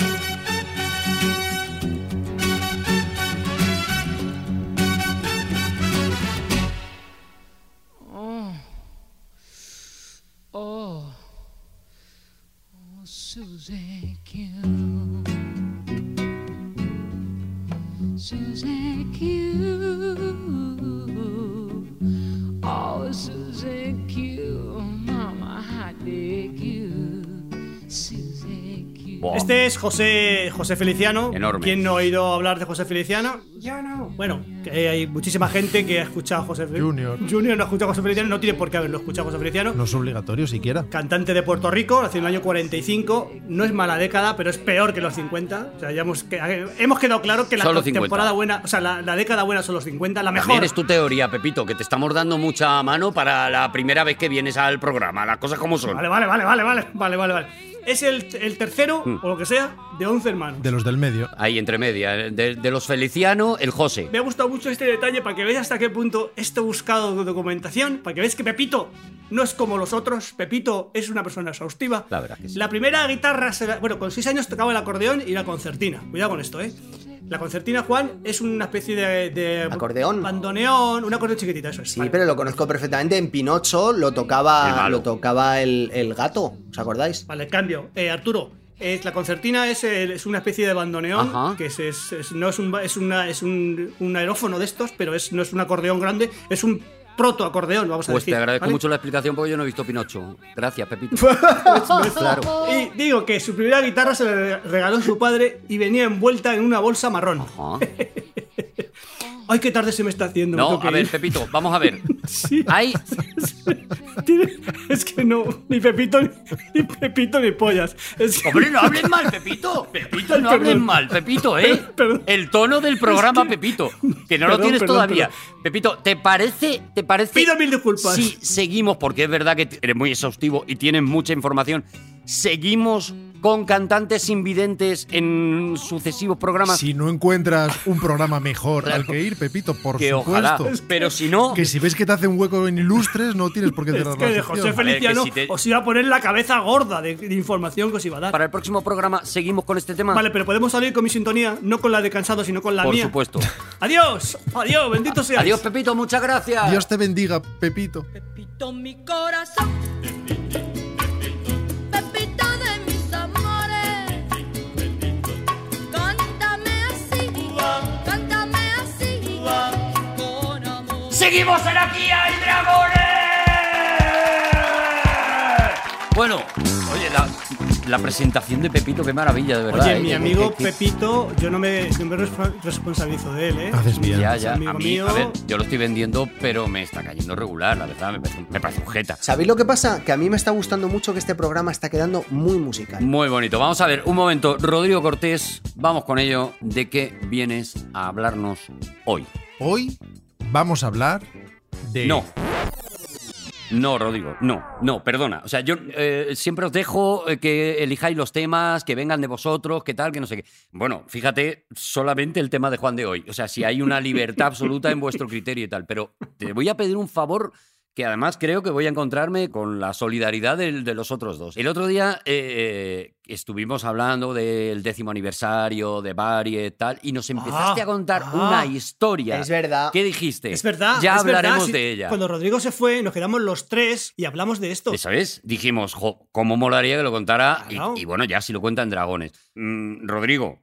I: Oh. Oh. Oh, Susie Q. Susie Q. Oh, Susie Q. Mama, how dig you? Susie Q.
B: Buah.
G: Este es José, José Feliciano.
B: Enorme.
G: ¿Quién no ha oído hablar de José Feliciano?
I: Yo no.
G: Bueno, que hay muchísima gente que ha escuchado a José Feliciano.
F: Junior.
G: no ha escuchado a José Feliciano, no tiene por qué haberlo escuchado a José Feliciano.
F: No es obligatorio siquiera.
G: Cantante de Puerto Rico, nació en el año 45. No es mala década, pero es peor que los 50. O sea, ya hemos, que- hemos quedado claro que la
B: Son los 50.
G: temporada buena, o sea, la, la década buena son los 50, la
B: También
G: mejor.
B: es tu teoría, Pepito, que te estamos dando mucha mano para la primera vez que vienes al programa. Las cosas como son.
G: Vale, vale, vale, vale, vale, vale, vale, vale. Es el, el tercero,
B: Mm.
G: o lo que sea, de 11 hermanos.
F: De los del medio.
B: Ahí entre media. De, de los Feliciano, el José. Pues
G: Me ha gustado mucho este detalle para que veáis hasta qué punto esto he buscado de documentación, para que veáis que Pepito no es como los otros, Pepito es una persona exhaustiva.
B: La verdad que sí.
G: La primera guitarra, se la- bueno, con 6 años tocaba el acordeón y la concertina. Cuidado con esto, ¿eh? La concertina, Juan, es una especie de... de
E: Acordeón.
G: Bandoneón, un acordeón chiquitita, eso es.
E: Sí, pero lo conozco perfectamente. En Pinocho lo tocaba, lo tocaba el, el gato. ¿Os acordáis?
G: Vale, cambio. Eh, Arturo, eh, la concertina es, el- es una especie de bandoneón,
B: Ajá.
G: que es, es- es- no es, un, ba- es, una- es un, un aerófono de estos, pero es, no es un acordeón grande, es un protoacordeón, vamos a
B: Pues
G: decir.
B: te agradezco
G: ¿vale?
B: mucho la explicación porque yo no he visto Pinocho. Gracias,
G: <laughs>
B: Pepito. claro.
G: Y digo que su primera guitarra se la re- regaló su padre y venía envuelta en una bolsa marrón.
B: Ajá.
G: Ay, qué tarde se me está haciendo. me
B: No,
G: tengo que
B: a ver,
G: ir.
B: Pepito, vamos a ver.
G: Sí. <laughs> Tiene- Es que no, ni Pepito ni, ni Pepito ni pollas. Es que-
B: Hombre, no hables mal, Pepito. Pepito, no hables
G: Perdón.
B: mal, Pepito, ¿eh? El tono del programa, Pepito, que no lo
G: Perdón,
B: tienes
G: perdón,
B: todavía.
G: perdón.
B: Pepito, ¿te parece, ¿te parece?
G: Pido mil disculpas.
B: Si seguimos, porque es verdad que eres muy exhaustivo y tienes mucha información, seguimos con cantantes invidentes en sucesivos programas.
F: Si no encuentras un programa mejor
B: Claro.
F: al que ir, Pepito, por
B: que ojalá.
F: supuesto.
B: Pero si no,
F: Que si ves que te hace un hueco en ilustres, no tienes por qué
G: <laughs> Es
F: cerrar
G: que
F: la
G: de
F: sección.
G: José Feliciano os iba a poner la cabeza gorda de, de información que os iba a dar.
B: Para el próximo programa seguimos con este tema.
G: Vale, pero podemos salir con mi sintonía, no con la de cansado, sino con la
B: por
G: mía. <laughs>
B: supuesto.
G: Adiós, adiós, bendito seas.
B: Adiós, Pepito, muchas gracias.
F: Dios te bendiga, Pepito.
D: Pepito, mi corazón. Pepito de mis amores. Cántame así, cántame así. Con amor.
Q: Seguimos en aquí hay dragones.
B: Bueno, oye, la, la presentación de Pepito, qué maravilla, de verdad.
G: Oye,
B: ¿eh?
G: mi
B: Qué-
G: amigo
B: qué- qué-
G: Pepito, yo no me, no me resp- responsabilizo de él, ¿eh?
B: Ya,
G: Es
B: ya. A
G: amigo
B: mí,
G: mío.
B: a ver, eh, yo lo estoy vendiendo, pero me está cayendo regular, la verdad. Me parece, me parece un jeta.
E: ¿Sabéis lo que pasa? Que a mí me está gustando mucho que este programa está quedando muy musical.
B: Muy bonito. Vamos a ver, un momento. Rodrigo Cortés, vamos con ello. ¿De qué vienes a hablarnos hoy?
F: Hoy vamos a hablar de.
B: No. No, Rodrigo, no, no, perdona. O sea, yo eh, siempre os dejo eh, que elijáis los temas, que vengan de vosotros, que tal, que no sé qué. Bueno, fíjate, solamente el tema de Juan de hoy. O sea, si hay una libertad absoluta en vuestro criterio y tal. Pero te voy a pedir un favor que además creo que voy a encontrarme con la solidaridad del- de los otros dos. El otro día eh, eh, estuvimos hablando del décimo aniversario de Barie y tal, y nos empezaste
G: Ah,
B: a contar
G: ah.
B: una historia.
E: Es verdad.
B: ¿Qué dijiste?
G: Es verdad.
B: Ya
G: es verdad,
B: hablaremos
G: sí.
B: de ella.
G: Cuando Rodrigo se fue, nos quedamos los tres y hablamos de esto.
B: Eso es. Dijimos, jo, ¿cómo molaría que lo contara? Y-
G: Claro.
B: Y, bueno, ya si lo cuentan dragones. Mm, Rodrigo,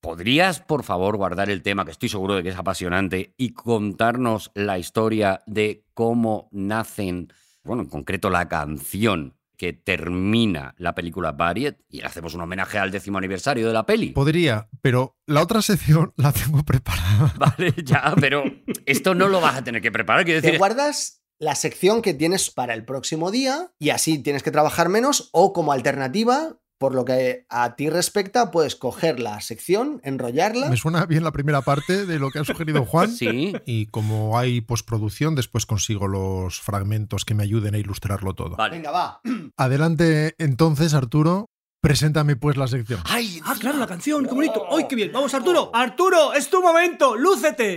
B: ¿podrías por favor guardar el tema, que estoy seguro de que es apasionante, y contarnos la historia de cómo nacen, bueno, en concreto la canción que termina la película Barriet y le hacemos un homenaje al décimo aniversario de la peli?
G: Pues-
F: Podría, pero la otra sección la tengo preparada.
B: <laughs> Vale, ya, pero esto no lo vas a tener que preparar.
G: <laughs>
B: Quiero
E: Te
B: decir,
E: guardas la sección que tienes para el próximo día y así tienes que trabajar menos o como alternativa, por lo que a ti respecta, puedes coger la sección, enrollarla.
F: Me suena bien la primera parte de lo que
B: <laughs>
F: ha sugerido Juan.
B: sí,
F: Y como hay postproducción, después consigo los fragmentos que me ayuden a ilustrarlo todo.
B: vale.
E: Venga, va.
F: Adelante entonces, Arturo. Preséntame pues la sección.
B: ¡Ay!
G: Ah, claro, la canción, qué bonito. ¡Ay, qué bien! Vamos, Arturo. Arturo, es tu momento. Lúcete.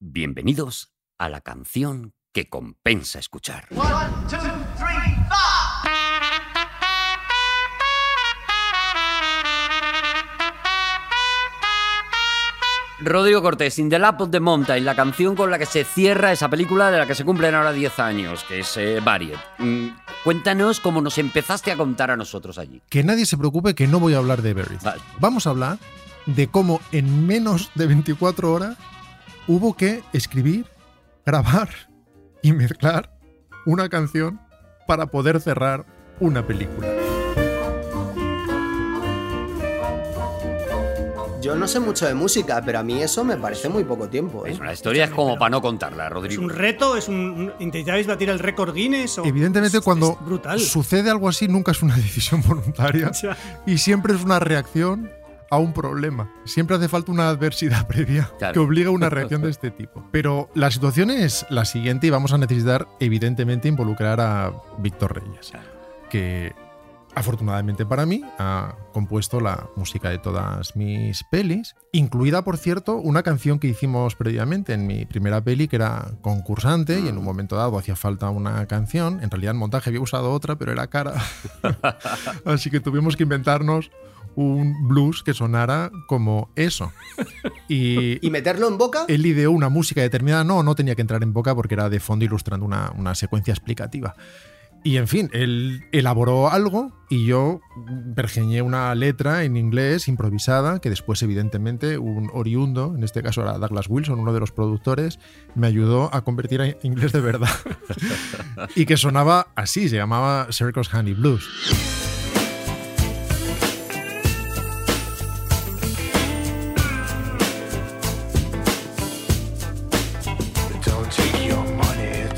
B: Bienvenidos a la canción que compensa escuchar.
Q: One, two, three, four.
B: Rodrigo Cortés, In the Lap of the Mountain, la canción con la que se cierra esa película de la que se cumplen ahora 10 años, que es eh, Barriet. Mm, cuéntanos cómo nos empezaste a contar a nosotros allí.
F: Que nadie se preocupe que no voy a hablar de Berry.
B: Vale.
F: Vamos a hablar de cómo en menos de 24 horas hubo que escribir, grabar y mezclar una canción para poder cerrar una película.
E: Yo no sé mucho de música, pero a mí eso me parece muy poco tiempo. ¿eh?
B: Es una historia es como para no contarla,
G: ¿Es
B: Rodrigo.
G: un reto? ¿Es un, un- ¿Intentáis batir el récord Guinness? O...
F: Evidentemente
G: Es-
F: cuando
G: es brutal.
F: sucede algo así nunca es una decisión voluntaria
G: <laughs> O sea,
F: y siempre es una reacción a un problema. Siempre hace falta una adversidad <laughs> previa
B: Claro.
F: que obliga a una reacción de este tipo. Pero la situación es la siguiente y vamos a necesitar evidentemente involucrar a Víctor Reyes, que afortunadamente para mí ha compuesto la música de todas mis pelis, incluida por cierto una canción que hicimos previamente en mi primera peli que era concursante y en un momento dado hacía falta una canción, en realidad en montaje había usado otra pero era cara, así que tuvimos que inventarnos un blues que sonara como eso. Y
E: <laughs> ¿Y meterlo en boca?
F: él ideó una música determinada. No, no tenía que entrar en boca porque era de fondo ilustrando una, una secuencia explicativa. Y en fin, él elaboró algo y yo pergeñé una letra en inglés improvisada que después, evidentemente, un oriundo, en este caso era Douglas Wilson, uno de los productores, me ayudó a convertir a inglés de verdad. <laughs> y que sonaba así, se llamaba Circus Honey Blues.
R: Don't take your money.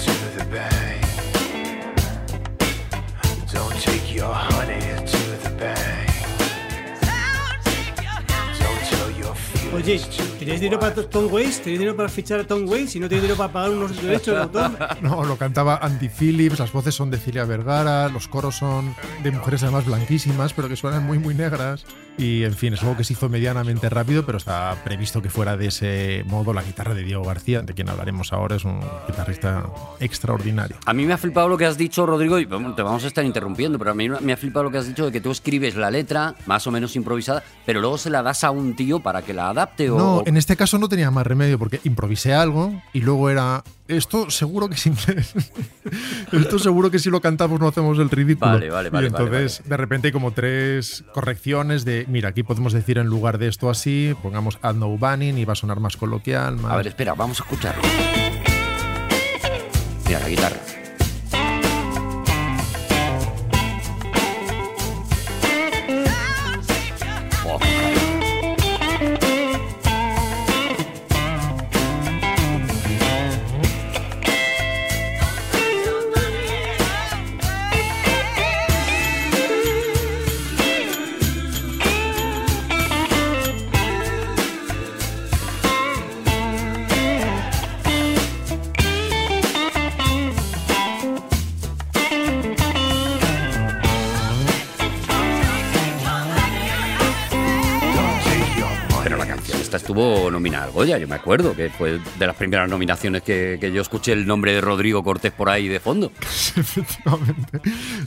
G: oye, ¿tenéis dinero para Tom Waits? ¿Tenéis dinero para fichar a Tom Waits? Si no tenéis dinero para pagar unos derechos de autor.
F: <laughs> No, lo cantaba Andy Phillips, las voces son de Celia Vergara, los coros son de mujeres además blanquísimas, pero que suenan muy, muy negras. Y en fin, es algo que se hizo medianamente rápido, pero está previsto que fuera de ese modo la guitarra de Diego García, de quien hablaremos ahora, es un guitarrista extraordinario.
B: A mí me ha flipado lo que has dicho, Rodrigo, y bueno, te vamos a estar interrumpiendo, pero a mí me ha flipado lo que has dicho de que tú escribes la letra, más o menos improvisada, pero luego se la das a un tío para que la adapte o...
F: No, en este caso no tenía más remedio porque improvisé algo y luego era esto seguro que si <laughs> esto seguro que si lo cantamos no hacemos el ridículo.
B: Vale, vale, vale.
F: Y entonces
B: vale, vale.
F: de repente hay como tres correcciones de mira aquí podemos decir en lugar de esto así pongamos add no banning y va a sonar más coloquial. Más...
B: A ver, espera, vamos a escucharlo. Mira la guitarra. estuvo nominada al Goya, yo me acuerdo, que fue de las primeras nominaciones que, que, yo escuché el nombre de Rodrigo Cortés por ahí de fondo.
F: Efectivamente.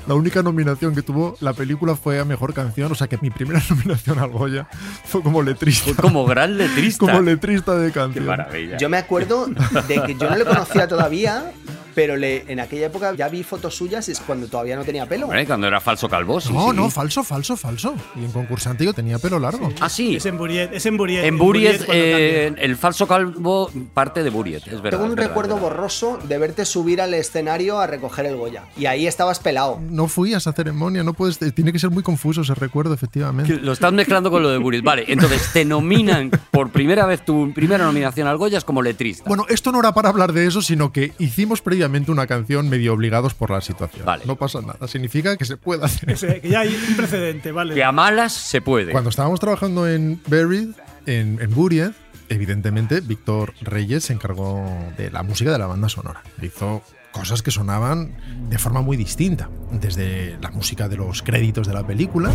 F: La única nominación que tuvo la película fue a Mejor Canción, o sea que mi primera <laughs> nominación al Goya fue como letrista. Fue
B: como gran letrista.
F: <laughs> como letrista de canción.
B: Qué maravilla.
E: Yo me acuerdo de que yo no le conocía todavía, pero le, en aquella época ya vi fotos suyas y es cuando todavía no tenía pelo.
B: Hombre, cuando era falso calvo, sí,
F: No,
B: sí.
F: no, falso, falso, falso. Y en concursante yo tenía pelo largo.
B: Sí. Ah, sí.
G: Es en Buriet, es en Buriet.
B: En Buriet, eh, el falso calvo parte de Buriet, es verdad.
E: Tengo un
B: es verdad,
E: recuerdo
B: verdad.
E: borroso de verte subir al escenario a recoger el Goya. Y ahí estabas pelado.
F: No fui a esa ceremonia, no puedes. Tiene que ser muy confuso ese recuerdo, efectivamente.
B: Lo estás mezclando con lo de Buriet. Vale, entonces te nominan por primera vez tu primera nominación al Goya es como letrista.
F: Bueno, esto no era para hablar de eso, sino que hicimos previamente una canción medio obligados por la situación.
B: Vale.
F: No pasa nada. Significa que se puede hacer.
G: Que, que ya hay un precedente, ¿vale?
B: Que a malas se puede.
F: Cuando estábamos trabajando en Buried, en, en Buried, evidentemente Víctor Reyes se encargó de la música de la banda sonora. Hizo cosas que sonaban de forma muy distinta, desde la música de los créditos de la película.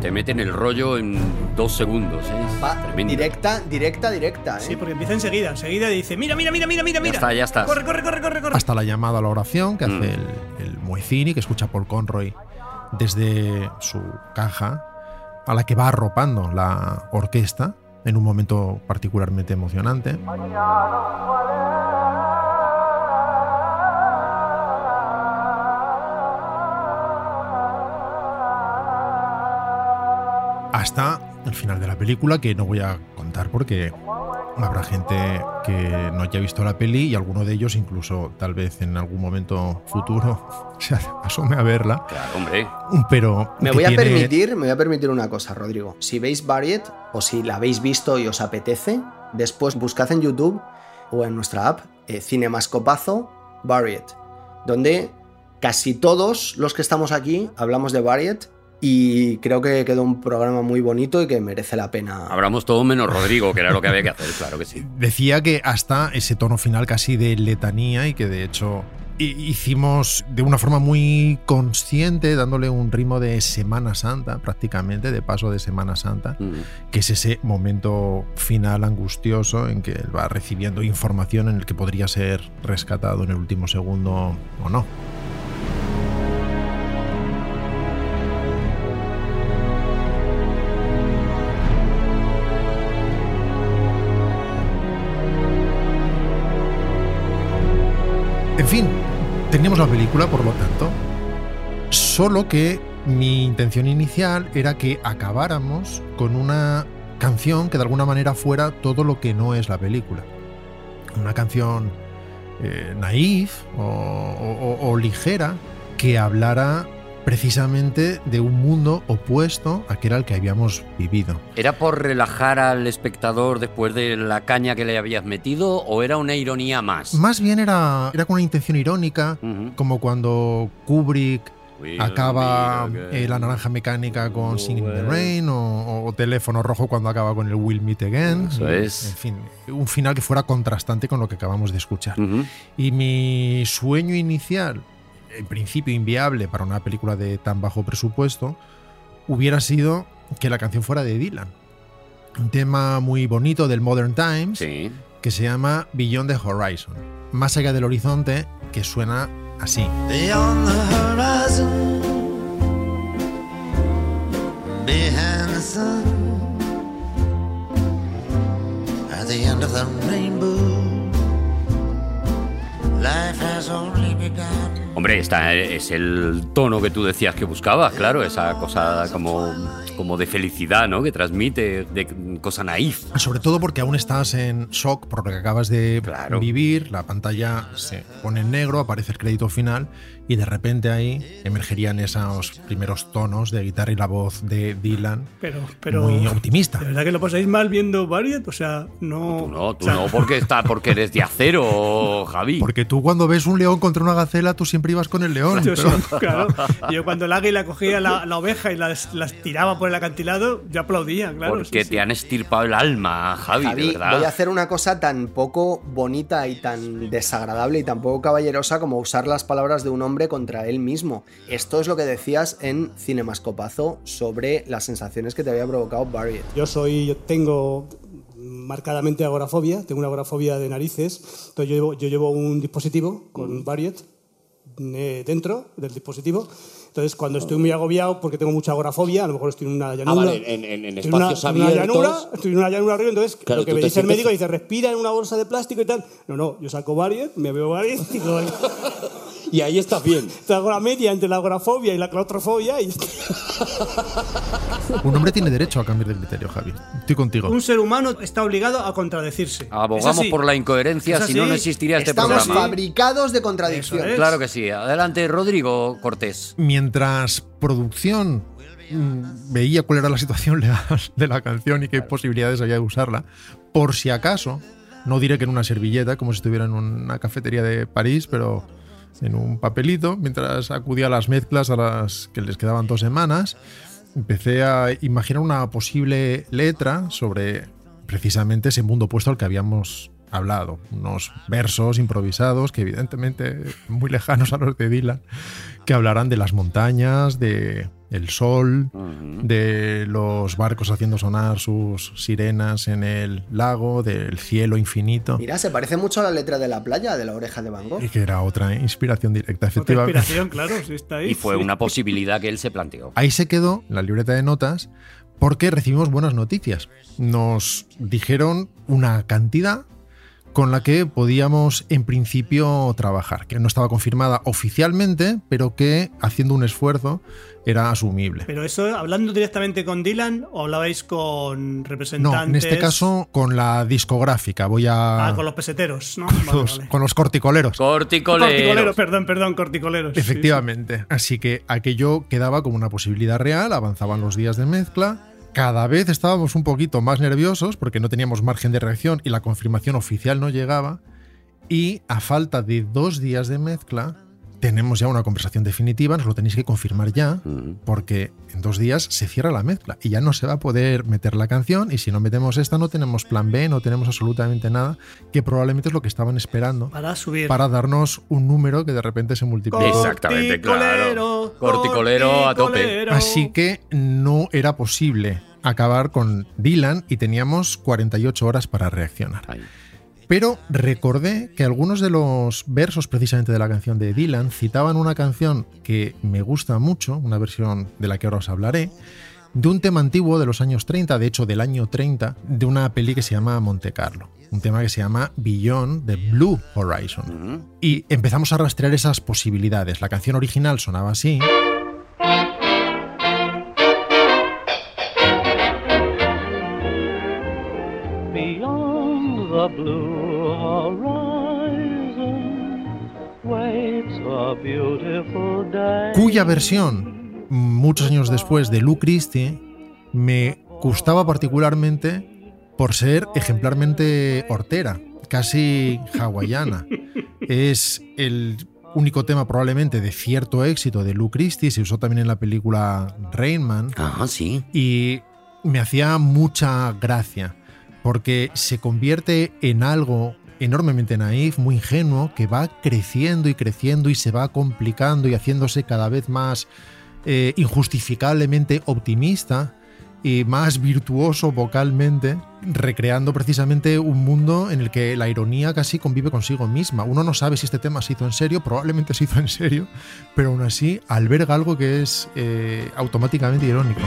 B: te meten el rollo en dos segundos. ¿eh?
E: Va, directa, directa, directa. ¿eh?
G: Sí, porque empieza enseguida. Enseguida dice: Mira, mira, mira, mira, mira.
B: Ya está, ya está.
G: Corre, corre, corre, corre, corre.
F: Hasta la llamada a la oración que mm. hace el, el Moicini, que escucha por Conroy desde su caja, a la que va arropando la orquesta en un momento particularmente emocionante. hasta el final de la película, que no voy a contar porque habrá gente que no haya visto la peli y alguno de ellos incluso tal vez en algún momento futuro <laughs> se asome a verla.
B: Claro, hombre.
F: Pero
E: me voy a
F: tiene...
E: permitir, me voy a permitir una cosa, Rodrigo. Si veis Barriet o si la habéis visto y os apetece, después buscad en YouTube o en nuestra app eh, Cinemascopazo Barriet, donde casi todos los que estamos aquí hablamos de Barriet y creo que quedó un programa muy bonito y que merece la pena.
B: Hablamos todo menos Rodrigo, que era lo que había que hacer, claro que sí.
F: Decía que hasta ese tono final casi de letanía y que de hecho hicimos de una forma muy consciente, dándole un ritmo de Semana Santa, prácticamente, de paso de Semana Santa, mm. que es ese momento final angustioso en que él va recibiendo información en el que podría ser rescatado en el último segundo o no. En fin, teníamos la película, por lo tanto. Solo que mi intención inicial era que acabáramos con una canción que de alguna manera fuera todo lo que no es la película. Una canción eh, naif o, o, o, ligera que hablara precisamente de un mundo opuesto a que era el que habíamos vivido.
M: ¿Era por relajar al espectador después de la caña que le habías metido o era una ironía más?
F: Más bien era, era con una intención irónica, uh -huh. como cuando Kubrick We'll acaba eh, la naranja mecánica con oh, Singing in the Rain o, o, Teléfono Rojo cuando acaba con el Will Meet Again.
M: Eso es.
F: En fin, un final que fuera contrastante con lo que acabamos de escuchar. Uh -huh. Y mi sueño inicial, en principio inviable para una película de tan bajo presupuesto, hubiera sido que la canción fuera de Dylan. Un tema muy bonito del Modern Times
M: sí.
F: que se llama Beyond the Horizon. Más allá del horizonte, que suena así.
S: Beyond the horizon, behind the sun, at the end of the rainbow, life has only begun.
M: Hombre, esta es el tono que tú decías que buscabas, claro, esa cosa como, como de felicidad, ¿no? Que transmite, de cosa naif.
F: Sobre todo porque aún estás en shock por lo que acabas de
M: claro.
F: vivir, la pantalla se pone en negro, aparece el crédito final y de repente ahí emergerían esos primeros tonos de guitarra y la voz de Dylan.
G: Pero, pero
F: muy optimista.
G: ¿De verdad que lo pasáis mal viendo Variet? O sea, no...
M: Tú no, tú o sea... no, porque, está, porque eres de acero, Javi.
F: Porque tú cuando ves un león contra una gacela, tú siempre ibas con el
B: <laughs>
F: león.
G: Yo,
F: pero...
G: sí, claro. yo cuando el águila cogía la, la oveja y las, las, tiraba por el acantilado, yo aplaudía, claro.
M: Porque sí, te sí. han estirpado el alma, Javi, Javi de verdad.
E: Voy a hacer una cosa tan poco bonita y tan desagradable y tan poco caballerosa como usar las palabras de un hombre contra él mismo. Esto es lo que decías en Cinemascopazo sobre las sensaciones que te había provocado Barry.
T: Yo soy, yo tengo marcadamente agorafobia, tengo una agorafobia de narices, entonces yo llevo, yo llevo un dispositivo con mm. Barriet dentro del dispositivo. Entonces, cuando estoy muy agobiado porque tengo mucha agorafobia, a lo mejor estoy en una llanura.
U: Ah, vale, en, en, en espacios estoy una, abiertos.
T: Una llanura, estoy en una llanura arriba, entonces
U: claro,
T: lo que me dice el médico dice, respira en una bolsa de plástico y tal. No, no, yo saco varios, me veo varios y digo, <laughs>
U: Y ahí estás bien.
T: Está la media entre la agorafobia y la claustrofobia. Y... <laughs>
F: Un hombre tiene derecho a cambiar de criterio, Javier. Estoy contigo.
G: Un ser humano está obligado a contradecirse.
M: Abogamos por la incoherencia, si no, no existiría este
E: Estamos
M: programa.
E: Estamos fabricados de contradicciones.
M: Es. Claro que sí. Adelante, Rodrigo Cortés.
F: Mientras producción mm, veía cuál era la situación <laughs> legal de la canción y qué posibilidades había de usarla, por si acaso, no diré que en una servilleta, como si estuviera en una cafetería de París, pero en un papelito mientras acudía a las mezclas a las que les quedaban dos semanas. Empecé a imaginar una posible letra sobre precisamente ese mundo opuesto al que habíamos hablado. Unos versos improvisados que evidentemente muy lejanos a los de Dylan, que hablarán de las montañas, de el sol, de los barcos haciendo sonar sus sirenas en el lago, del cielo infinito.
E: Mira, se parece mucho a la letra de la playa, de la oreja de Van Gogh.
F: Y que era otra inspiración directa, efectivamente.
G: Inspiración, claro, sí está ahí.
M: Y fue una posibilidad que él se planteó.
F: Ahí se quedó la libreta de notas porque recibimos buenas noticias. Nos dijeron una cantidad con la que podíamos en principio trabajar, que no estaba confirmada oficialmente, pero que haciendo un esfuerzo era asumible.
G: Pero eso, hablando directamente con Dylan o hablabais con representantes.
F: No, en este caso con la discográfica. Voy
G: a. Ah, con los peseteros, ¿no?
F: Con, vale, <laughs> los, vale. con los, corticoleros.
M: corticoleros.
G: Corticoleros. perdón, perdón, corticoleros.
F: Efectivamente. Sí, sí. Así que aquello quedaba como una posibilidad real, avanzaban los días de mezcla cada vez estábamos un poquito más nerviosos porque no teníamos margen de reacción y la confirmación oficial no llegaba. Y a falta de dos días de mezcla, tenemos ya una conversación definitiva, nos lo tenéis que confirmar ya, porque en dos días se cierra la mezcla y ya no se va a poder meter la canción y si no metemos esta no tenemos plan B, no tenemos absolutamente nada, que probablemente es lo que estaban esperando
G: para subir.
F: Para darnos un número que de repente se multiplica.
M: Exactamente, claro. Corticolero a tope.
F: Así que no era posible acabar con Dylan y teníamos 48 horas para reaccionar.
M: Ahí.
F: Pero recordé que algunos de los versos precisamente de la canción de Dylan citaban una canción que me gusta mucho, una versión de la que ahora os hablaré, de un tema antiguo de los años 30, de hecho del año 30, de una peli que se llama Monte Carlo, un tema que se llama Beyond the Blue Horizon. Y empezamos a rastrear esas posibilidades. La canción original sonaba así.
V: blue horizon waits a beautiful day.
F: Cuya versión muchos años después de Lou Christie, me gustaba particularmente por ser ejemplarmente hortera, casi hawaiana. es el único tema probablemente de cierto éxito de Lou Christie, se usó también en la película Rainman.
B: Ah, sí.
F: Y me hacía mucha gracia, porque se convierte en algo enormemente naif, muy ingenuo, que va creciendo y creciendo y se va complicando y haciéndose cada vez más eh, injustificablemente optimista y más virtuoso vocalmente, recreando precisamente un mundo en el que la ironía casi convive consigo misma. Uno no sabe si este tema se hizo en serio, probablemente se hizo en serio, pero aún así alberga algo que es eh, automáticamente irónico.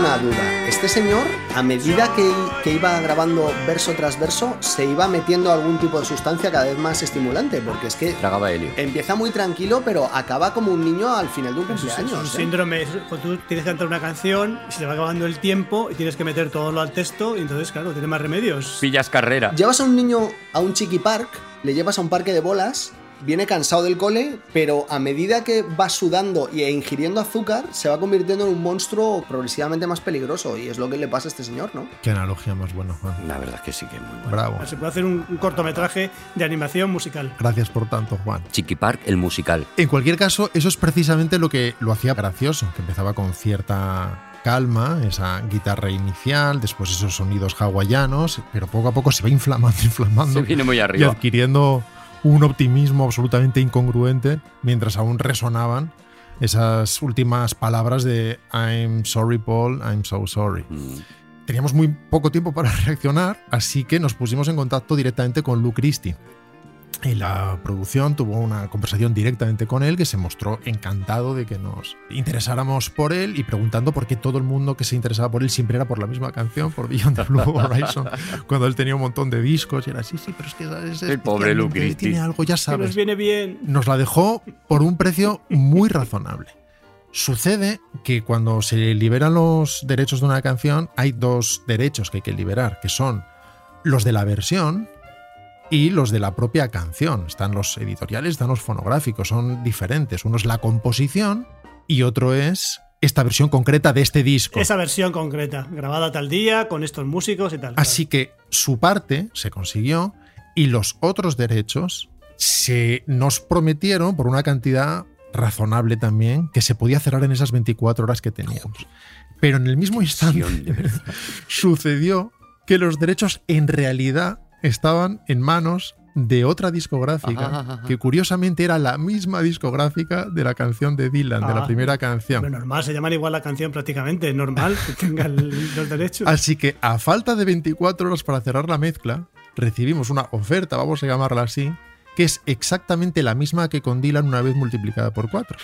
E: una duda. Este señor, a medida que, que, iba grabando verso tras verso, se iba metiendo algún tipo de sustancia cada vez más estimulante, porque es que
B: Tragaba helio.
E: empieza muy tranquilo, pero acaba como un niño al final de un
G: Es
E: cumpleaños.
G: un síndrome, ¿eh? cuando tú tienes que cantar una canción, se te va acabando el tiempo y tienes que meter todo lo al texto, y entonces, claro, tiene más remedios.
M: Pillas carrera.
E: Llevas a un niño a un chiqui park, le llevas a un parque de bolas viene cansado del cole, pero a medida que va sudando e ingiriendo azúcar, se va convirtiendo en un monstruo progresivamente más peligroso. Y es lo que le pasa a este señor, ¿no?
F: Qué analogía más buena, Juan.
B: La verdad es que sí que es muy buena.
F: Bravo.
G: Se puede hacer un, un, cortometraje de animación musical.
F: Gracias por tanto, Juan.
B: Chiqui Park, el musical.
F: En cualquier caso, eso es precisamente lo que lo hacía gracioso, que empezaba con cierta calma, esa guitarra inicial, después esos sonidos hawaianos, pero poco a poco se va inflamando, <laughs> inflamando.
M: Se viene muy arriba.
F: Y adquiriendo un optimismo absolutamente incongruente mientras aún resonaban esas últimas palabras de I'm sorry Paul, I'm so sorry.
M: Mmm,
F: Mm. Teníamos muy poco tiempo para <laughs> reaccionar, así que nos pusimos en contacto directamente con Lou Christie. Y la producción tuvo una conversación directamente con él que se mostró encantado de que nos interesáramos por él y preguntando por qué todo el mundo que se interesaba por él siempre era por la misma canción, por Beyond the Blue Horizon, cuando él tenía un montón de discos y era así, sí, pero es que ¿sabes?
M: el pobre Luke
F: tiene algo, ya sabes.
G: Que nos viene bien.
F: Nos la dejó por un precio muy razonable. Sucede que cuando se liberan los derechos de una canción, hay dos derechos que hay que liberar, que son los de la versión, y los de la propia canción. Están los editoriales, están los fonográficos, son diferentes. Uno es la composición y otro es esta versión concreta de este disco.
G: Esa versión concreta, grabada tal día, con estos músicos y tal.
F: Así que su parte se consiguió y los otros derechos se nos prometieron por una cantidad razonable también que se podía cerrar en esas 24 horas que teníamos. Pero en el mismo instante sucedió que los derechos en realidad estaban en manos de otra discográfica ajá, ajá, ajá. que curiosamente era la misma discográfica de la canción de Dylan, ah, de la primera canción.
G: Pero normal, se llaman igual la canción prácticamente, es normal que tengan los derechos. <laughs>
F: Así que a falta de 24 horas para cerrar la mezcla, recibimos una oferta, vamos a llamarla así, que es exactamente la misma que con Dylan una vez multiplicada por 4.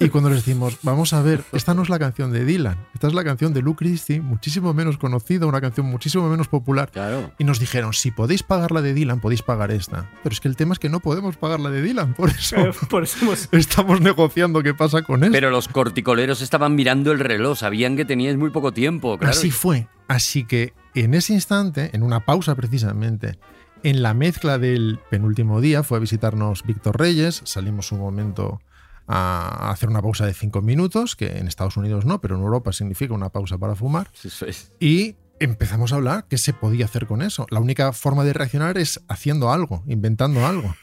F: Y cuando les decimos, vamos a ver, esta no es la canción de Dylan, esta es la canción de Lou Christie, muchísimo menos conocida, una canción muchísimo menos popular.
M: Claro.
F: Y nos dijeron, si podéis pagar la de Dylan, podéis pagar esta. Pero es que el tema es que no podemos pagar la de Dylan, por eso,
G: eh, por eso hemos...
F: estamos negociando qué pasa con él.
M: Pero los corticoleros estaban mirando el reloj, sabían que teníais muy poco tiempo. Claro.
F: Así fue. Así que en ese instante, en una pausa precisamente, en la mezcla del penúltimo día, fue a visitarnos Víctor Reyes, salimos un momento a hacer una pausa de 5 minutos, que en Estados Unidos no, pero en Europa significa una pausa para fumar.
M: Sí, sois.
F: Y empezamos a hablar qué se podía hacer con eso. La única forma de reaccionar es haciendo algo, inventando algo.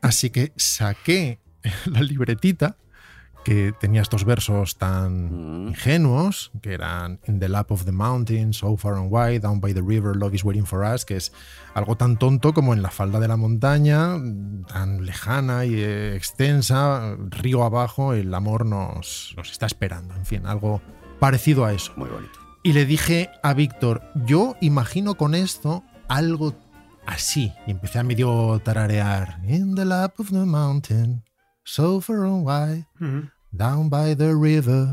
F: Así que saqué la libretita que tenía estos
B: Mm.
F: versos
M: Mm.
F: tan ingenuos, que eran In the lap of the mountain, so far and wide, down by the river, love is waiting for us, que es algo tan tonto como en la falda de la montaña, tan lejana y eh, extensa, río abajo, el amor nos, nos está esperando. En fin, algo parecido a eso.
M: Muy bonito.
F: Y le dije a Víctor, yo imagino con esto algo así. Y empecé a medio tararear. In the lap of the mountain. So far and wide, mm -hmm down by the river.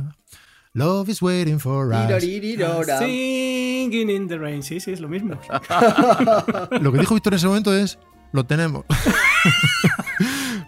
F: Love is waiting for us.
G: Singing in the rain. Sí, sí, es
M: <laughs>
G: lo mismo.
F: lo que dijo Víctor en ese momento es, lo tenemos. <laughs>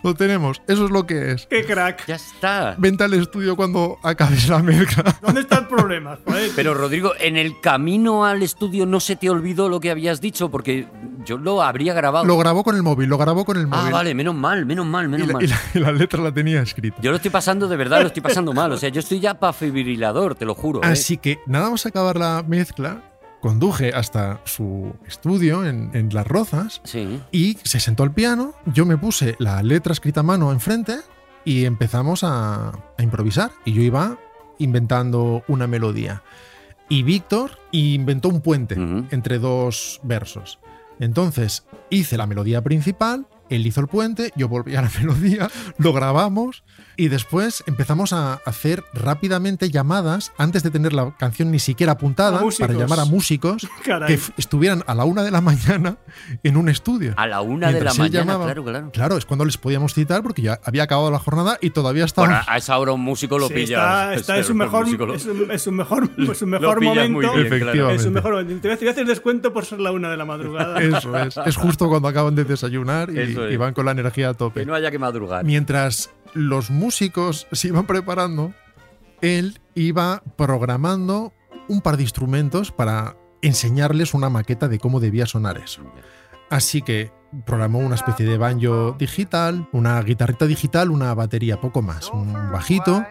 F: Lo tenemos. Eso es lo que es.
G: ¡Qué crack!
M: Ya está.
F: Vente al estudio cuando acabes la mezcla.
G: ¿Dónde está el problema? Joder?
M: Pero Rodrigo, en el camino al estudio no se te olvidó lo que habías dicho porque yo lo habría grabado.
F: Lo grabó con el móvil, lo grabó con el móvil.
M: Ah, vale, menos mal, menos mal, menos
F: y la,
M: mal.
F: Y la, y la letra la tenía escrita.
M: Yo lo estoy pasando de verdad, lo estoy pasando mal. O sea, yo estoy ya para fibrilador, te lo juro. ¿eh?
F: Así que nada más acabar la mezcla, conduje hasta su estudio en, en Las Rozas
M: Sí.
F: y se sentó al piano. Yo me puse la letra escrita a mano enfrente y empezamos a, a improvisar. Y yo iba inventando una melodía. Y Víctor inventó un puente
M: Ujú.
F: entre dos versos. Entonces hice la melodía principal, él hizo el puente, yo volví a la <laughs> melodía, lo grabamos y después empezamos a hacer rápidamente llamadas antes de tener la canción ni siquiera apuntada
G: A músicos.
F: para llamar a músicos
G: <laughs> Caray.
F: que f- estuvieran a la una de la mañana en un estudio.
M: A la una de la
F: Mientras él
M: mañana,
F: llamaba-
M: claro, claro.
F: Claro, es cuando les podíamos citar porque ya había acabado la jornada y todavía estaban.
M: Bueno, a esa hora un músico lo
G: Ah.
M: este
G: Sí,
M: pilla.
G: Está, está en su mejor, es su- es su mejor,
M: <laughs>
G: es su mejor
M: pillas
G: momento.
M: muy bien, claro.
G: Es su
F: Efectivamente.
G: mejor momento. Te voy a- te voy a hacer descuento por ser la una de la
F: <laughs>
G: madrugada.
F: Eso es. Es justo cuando acaban de desayunar y,
M: Eso es.
F: y van con la energía a tope.
M: Que no haya que madrugar.
F: Mientras los músicos <laughs> se iban preparando, él iba programando un par de instrumentos para enseñarles una maqueta de cómo debía sonar eso. Así que programó una especie de banjo digital, una guitarrita digital, una batería, poco más, un bajito.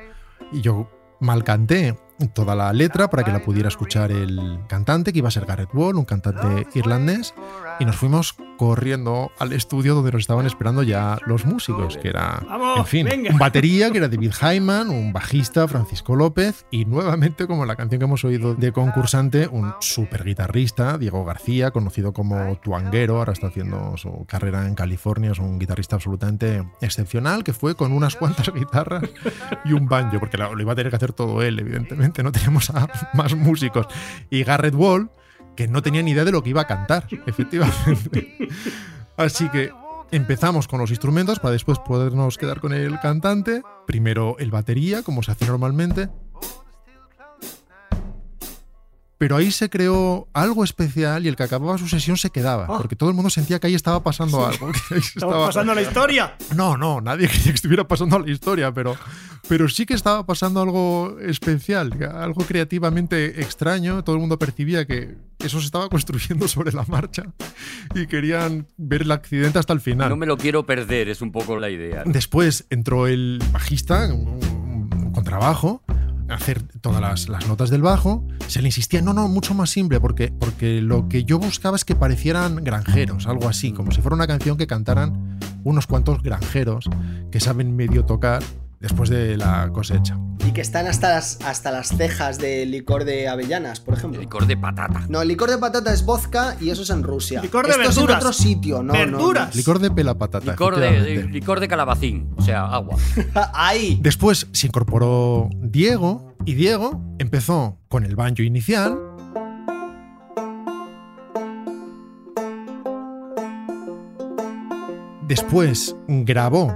F: Y yo mal canté toda la letra para que la pudiera escuchar el cantante, que iba a ser Garrett Wall, un cantante irlandés. Y nos fuimos corriendo al estudio donde nos estaban esperando ya los músicos, que era,
G: Vamos,
F: en fin,
G: venga.
F: un batería, que era David Hyman, un bajista, Francisco López, y nuevamente, como en la canción que hemos oído de concursante, un super guitarrista, Diego García, conocido como Tuanguero, ahora está haciendo su carrera en California, es un guitarrista absolutamente excepcional, que fue con unas cuantas <laughs> guitarras y un banjo, porque lo lo iba a tener que hacer todo él, evidentemente, no tenemos a más músicos. Y Garrett Wall, que no tenía ni idea de lo que iba a cantar, <laughs> efectivamente. Así que empezamos con los instrumentos para después podernos quedar con el cantante. Primero el batería, como se hace normalmente. Pero ahí se creó algo especial y el que acababa su sesión se quedaba,
G: Ah.
F: porque todo el mundo sentía que ahí estaba pasando algo. que ahí se
G: Estamos
F: estaba-
G: pasando la historia.
F: no, no, nadie <laughs> quería que estuviera pasando la historia, pero, pero sí que estaba pasando algo especial, algo creativamente extraño. Todo el mundo percibía que eso se estaba construyendo <laughs> sobre la marcha y querían ver el accidente hasta el final.
M: No me lo quiero perder, es un poco la
G: <laughs>
M: idea.
F: Después entró el bajista, un- un contrabajo, a hacer todas las, las notas del bajo. Se le insistía, no, no, mucho más simple, porque, porque lo que yo buscaba es que parecieran granjeros, algo así, como si fuera una canción que cantaran unos cuantos granjeros que saben medio tocar después de la cosecha.
E: Y que están hasta las, hasta las cejas de licor de avellanas, por ejemplo.
M: Licor de patata.
E: No, el licor de patata es vodka y eso es en Rusia.
G: Licor de
E: Esto es en
G: verduras.
E: otro sitio, ¿no? no, no. <laughs>
G: Verduras.
F: Licor de pela patata.
M: Licor de, de- licor de calabacín, o sea,
G: <laughs>
M: agua.
E: ¡Ay!
F: Después se incorporó Diego y Diego empezó con el banjo inicial. Después grabó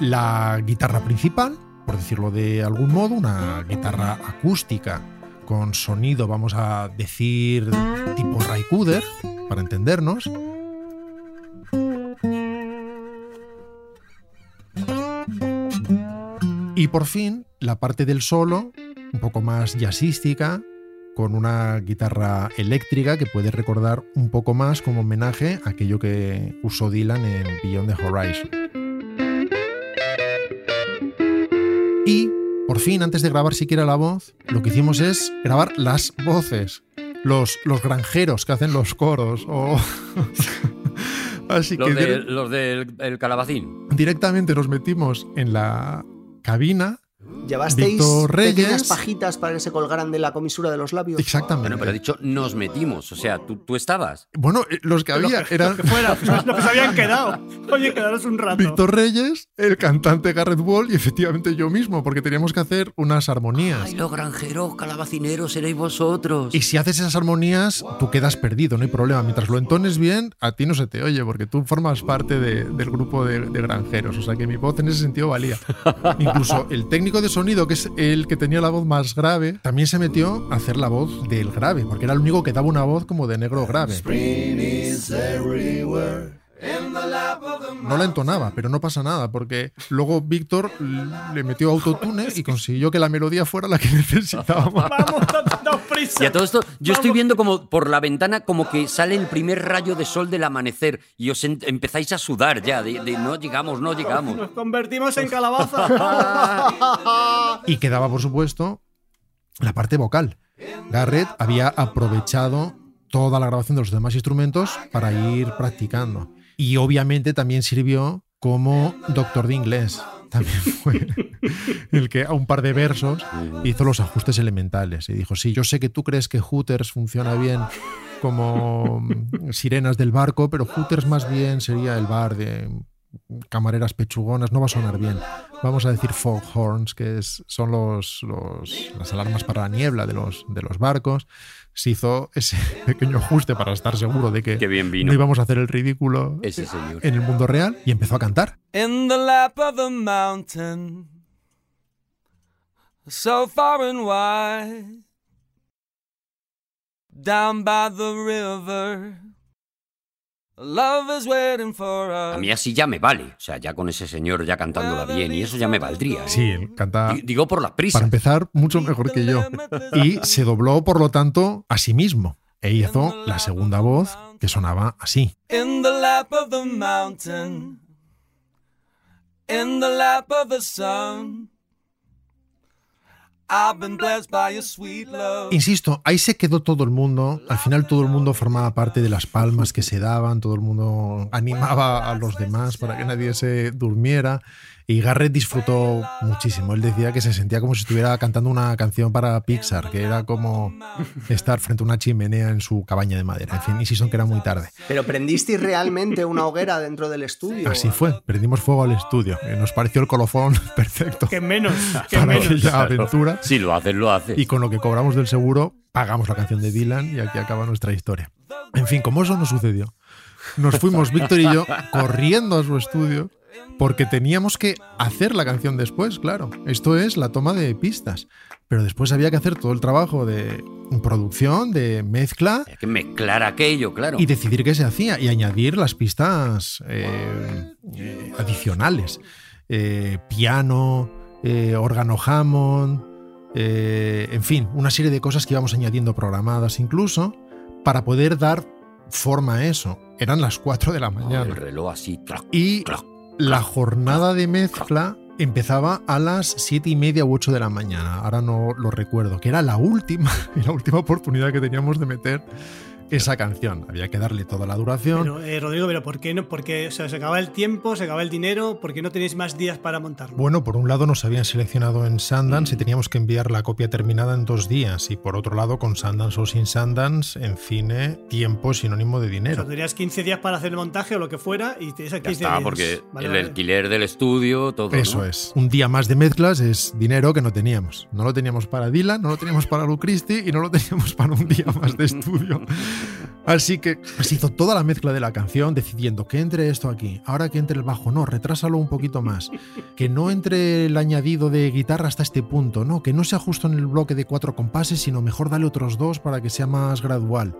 F: la guitarra principal, por decirlo de algún modo, una guitarra acústica con sonido, vamos a decir, tipo Raikuder, para entendernos. Y por fin, la parte del solo, un poco más jazzística, con una guitarra eléctrica que puede recordar un poco más como homenaje a aquello que usó Dylan en Beyond the Horizon. Y, por fin, antes de grabar siquiera la voz, lo que hicimos es grabar las voces, los, los granjeros que hacen los coros. o- <laughs> Así
M: Los,
F: que
M: de-
F: dir-
M: los del el calabacín.
F: directamente nos metimos en la cabina
E: Llevasteis
F: Víctor Reyes.
E: pequeñas pajitas para que se colgaran de la comisura de los labios.
F: Exactamente.
M: Bueno, pero he dicho, nos metimos, o sea, tú, tú estabas.
F: Bueno, eh, los que había eran
G: Que fuera, los que se habían quedado. Oye, quedaros un rato.
F: Víctor Reyes, el cantante Garrett Wall y efectivamente yo mismo, porque teníamos que hacer unas armonías.
M: Ay, los granjeros calabacineros seréis vosotros.
F: Y si haces esas armonías, tú quedas perdido, no hay problema. Mientras lo entones bien, a ti no se te oye, porque tú formas parte de- del grupo de, de granjeros. O sea que mi voz en ese sentido valía. Incluso el técnico de sonido, que es el que tenía la voz más grave, también se metió a hacer la voz del grave, porque era el único que daba una voz como de negro grave.
N: Green is everywhere in the lap of
F: No la entonaba, pero no pasa nada, porque luego Víctor le metió autotune y consiguió que la melodía fuera la que <laughs> necesitábamos.
G: Vamos, dando prisa.
M: Y a todo esto, yo estoy viendo como por la ventana como que sale el primer rayo de sol del amanecer y os en- empezáis a sudar ya, de, de no llegamos, no llegamos.
G: Nos convertimos en calabaza.
F: Y quedaba, por supuesto, la parte vocal. Garrett había aprovechado toda la grabación de los demás instrumentos para ir practicando. Y obviamente también sirvió como doctor de inglés. También fue el que a un par de versos hizo los ajustes elementales y dijo, sí, yo sé que tú crees que Hooters funciona bien como mm, sirenas del barco, pero Hooters más bien sería el bar de camareras pechugonas, no va a sonar bien. Vamos a decir foghorns, que es- son los, los- las alarmas para la niebla de los, de los barcos. Se hizo ese <laughs> pequeño ajuste para estar seguro de que
M: Qué bien vino.
F: no íbamos a hacer el ridículo
M: Ese señor.
F: en el mundo real y empezó a cantar.
V: <laughs> In the lap of a mountain, so far and wide, down by the river, love is waiting for
M: A
V: us.
M: mí así ya me vale, o sea, ya con ese señor ya cantándola bien y eso ya me valdría. ¿eh?
F: Sí, él canta
M: Di- Digo por las prisas.
F: para empezar mucho mejor que yo. Y se dobló, por lo tanto, a sí mismo e hizo la segunda voz que sonaba así.
V: In the lap of the mountain, in the lap of the sun, I've been blessed by your sweet love.
F: Insisto, ahí se quedó todo el mundo. Al final todo el mundo formaba parte de las palmas que se daban, todo el mundo animaba a los demás para que nadie se durmiera. Y Garrett disfrutó muchísimo. Él decía que se sentía como si estuviera cantando una canción para Pixar, que era como estar frente a una chimenea en su cabaña de madera. En fin, insisto en que era muy tarde.
E: Pero prendisteis realmente una hoguera dentro del estudio.
F: Así fue, perdimos fuego al estudio. Eh, Nos pareció el colofón <laughs> perfecto
G: Que menos, que
F: para
G: menos.
F: aquella aventura.
M: Si lo haces, lo haces.
F: Y con lo que cobramos del seguro, pagamos la canción de Dylan y aquí acaba nuestra historia. En fin, como eso no sucedió, nos fuimos Víctor y yo corriendo a su estudio porque teníamos que hacer la canción después, claro. Esto es la toma de pistas. Pero después había que hacer todo el trabajo de producción, de mezcla
M: Hay que mezclar aquello, claro.
F: y decidir qué se hacía y añadir las pistas eh, eh, adicionales. Eh, piano, eh, órgano Hammond, eh, en fin, una serie de cosas que íbamos añadiendo programadas incluso para poder dar forma a eso. Eran las 4 de la
M: El
F: mañana.
M: reloj así, clac,
F: Y
M: clac.
F: la jornada de mezcla empezaba a las siete y media u 8 de la mañana. Ahora no lo recuerdo, que era la última, <laughs> la última oportunidad que teníamos de meter esa canción. Había que darle toda la duración.
G: Pero, eh, Rodrigo, pero ¿por qué no? Porque o sea, se acaba el tiempo, se acaba el dinero, ¿por qué no tenéis más días para montarlo?
F: Bueno, por un lado nos habían seleccionado en Sundance y teníamos que enviar la copia terminada en dos días. Y por otro lado, con Sundance o sin Sundance, en cine, tiempo es sinónimo de
G: O sea,
F: dinero.
G: tendrías 15 días para hacer el montaje o lo que fuera y te esas
M: Ya
G: 15
M: está,
G: días.
M: porque
G: Vale,
M: el
G: vale.
M: alquiler del estudio, todo. ¿no?
F: Eso es. Un día más de mezclas es dinero que no teníamos. No lo teníamos para Dylan, no lo teníamos para Lucristi y no lo teníamos para un día más
M: <laughs>
F: de estudio. Así que se hizo toda la mezcla de la canción decidiendo que entre esto aquí, ahora que entre el bajo, no, retrásalo un poquito más, que no entre el añadido de guitarra hasta este punto, no, que no sea justo en el bloque de cuatro compases, sino mejor dale otros dos para que sea más gradual.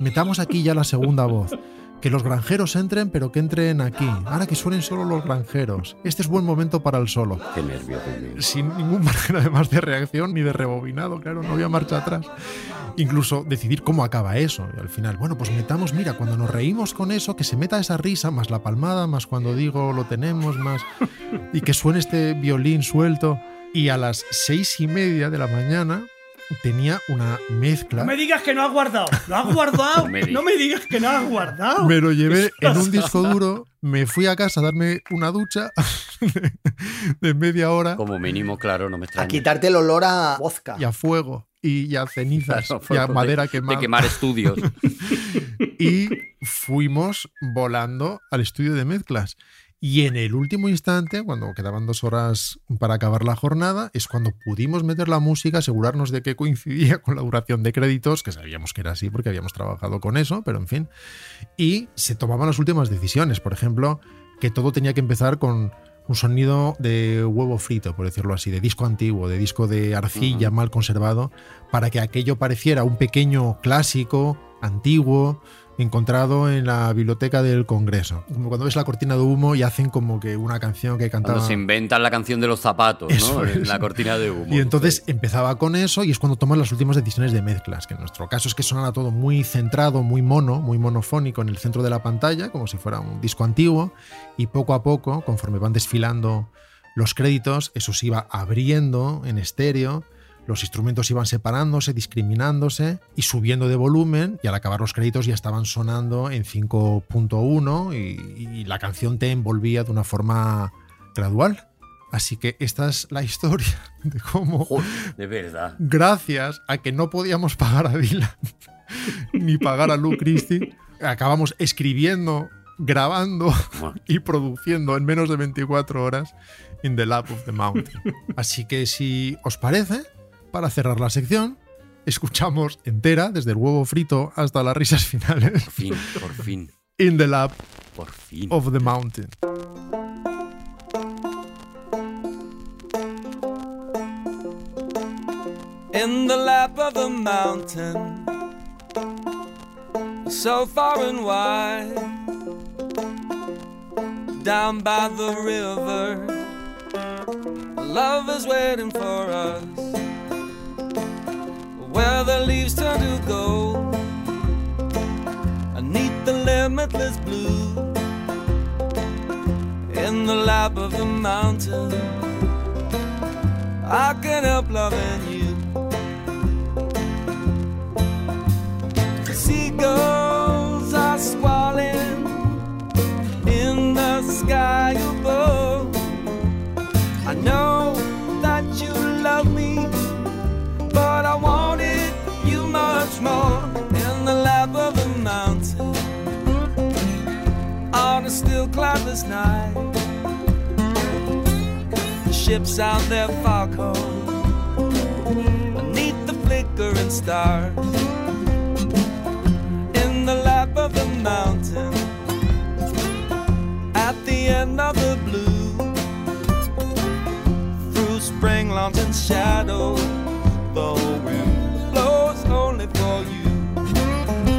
F: Metamos aquí ya la segunda voz. Que los granjeros entren, pero que entren aquí. Ahora que suenen solo los granjeros. Este es buen momento para el solo.
M: Qué nervio, qué nervio.
F: Sin ningún <laughs> margen además de reacción ni de rebobinado, claro, no había marcha atrás. Incluso decidir cómo acaba eso. Y al final, bueno, pues metamos, mira, cuando nos reímos con eso, que se meta esa risa, más la palmada, más cuando digo lo tenemos, más... Y que suene este violín suelto. Y a las seis y media de la mañana tenía una mezcla.
G: No me digas que no has guardado. ¿Lo
M: <laughs>
G: has guardado?
M: me digas.
G: no me digas que no has guardado.
F: Me lo llevé
G: ¿Qué
F: en un
G: Oh, pasa?
F: disco duro, me fui a casa a darme una ducha <laughs> de, de media hora
M: Como mínimo, claro, no me
E: A
M: extraña.
E: quitarte el olor a vodka.
F: y a fuego y, y a cenizas
M: Claro,
F: y
M: fue
F: a
M: de-
F: madera
M: De
F: quemada.
M: quemar estudios.
F: <laughs> Y fuimos volando al estudio de mezclas. Y en el último instante, cuando quedaban dos horas para acabar la jornada, es cuando pudimos meter la música, asegurarnos de que coincidía con la duración de créditos, que sabíamos que era así porque habíamos trabajado con eso, pero en fin. Y se tomaban las últimas decisiones. Por ejemplo, que todo tenía que empezar con un sonido de huevo frito, por decirlo así, de disco antiguo, de disco de arcilla mal conservado, para que aquello pareciera un pequeño clásico, antiguo, encontrado en la biblioteca del Congreso. Como cuando ves la cortina de humo y hacen como que una canción que cantaba.
B: Cuando se inventan la canción de los zapatos, ¿no? En la cortina de humo.
F: Y entonces empezaba con eso y es cuando toman las últimas decisiones de mezclas, que en nuestro caso es que sonaba todo muy centrado, muy mono, muy monofónico en el centro de la pantalla, como si fuera un disco antiguo, y poco a poco, conforme van desfilando los créditos, eso se iba abriendo en estéreo los instrumentos iban separándose, discriminándose y subiendo de volumen y al acabar los créditos ya estaban sonando en 5.1 y, y, la canción te envolvía de una forma gradual. Así que esta es la historia de cómo...
B: Joder, de verdad.
F: Gracias a que no podíamos pagar a Dylan <laughs> ni pagar a Lou Christie, acabamos escribiendo, grabando y produciendo en menos de 24 horas In the Lap of the Mountain. Así que si os parece, para cerrar la sección, escuchamos entera, desde el huevo frito hasta las risas finales. <laughs> Por
B: fin, por fin.
F: In the Lab
B: por fin.
F: of the Mountain.
K: In the lap of the mountain, so far and wide, down by the river, love is waiting for us. where the leaves turn to gold Beneath the limitless blue In the lap of the mountain I can help loving you The seagulls are squalling In the sky above I know that you love me but I wanted you much more in the lap of a mountain on a still cloudless night. The ships out there far cold beneath the flickering stars in the lap of a mountain at the end of the blue through spring lawns and shadows the wind blows only for you.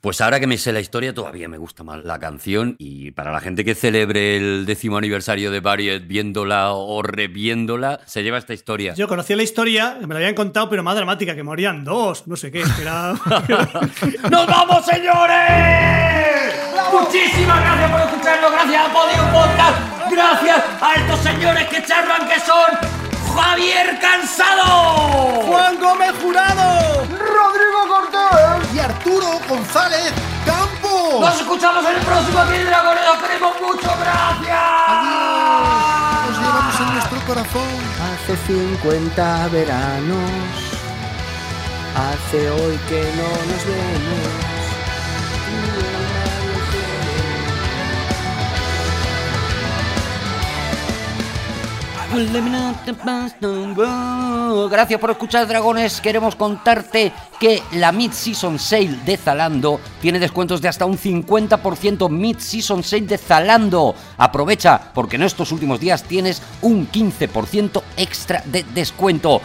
W: Pues ahora que me sé la historia, todavía me gusta más la canción. Y para la gente que celebre el décimo aniversario de Barriet viéndola o reviéndola, se lleva esta historia.
G: Yo conocía la historia, me la habían contado, pero más dramática, que morían dos, no sé qué. que Era...
X: ¡Nos vamos, señores! Muchísimas gracias por escucharnos, gracias a Podium Podcast, gracias a estos señores que charlan que son Javier Cansado,
F: Juan Gómez Jurado,
Y: Rodrigo Cortés
F: y Arturo González Campos.
X: Nos escuchamos en el próximo Aquí Dragones, os queremos mucho, gracias.
F: Adiós. Nos llevamos en nuestro corazón.
E: Hace 50 veranos, hace hoy que no nos vemos.
B: Gracias por escuchar, dragones. Queremos contarte que la Mid-Season Sale de Zalando tiene descuentos de hasta un 50% Mid-Season Sale de Zalando. Aprovecha, porque en estos últimos días tienes un 15% extra de descuento.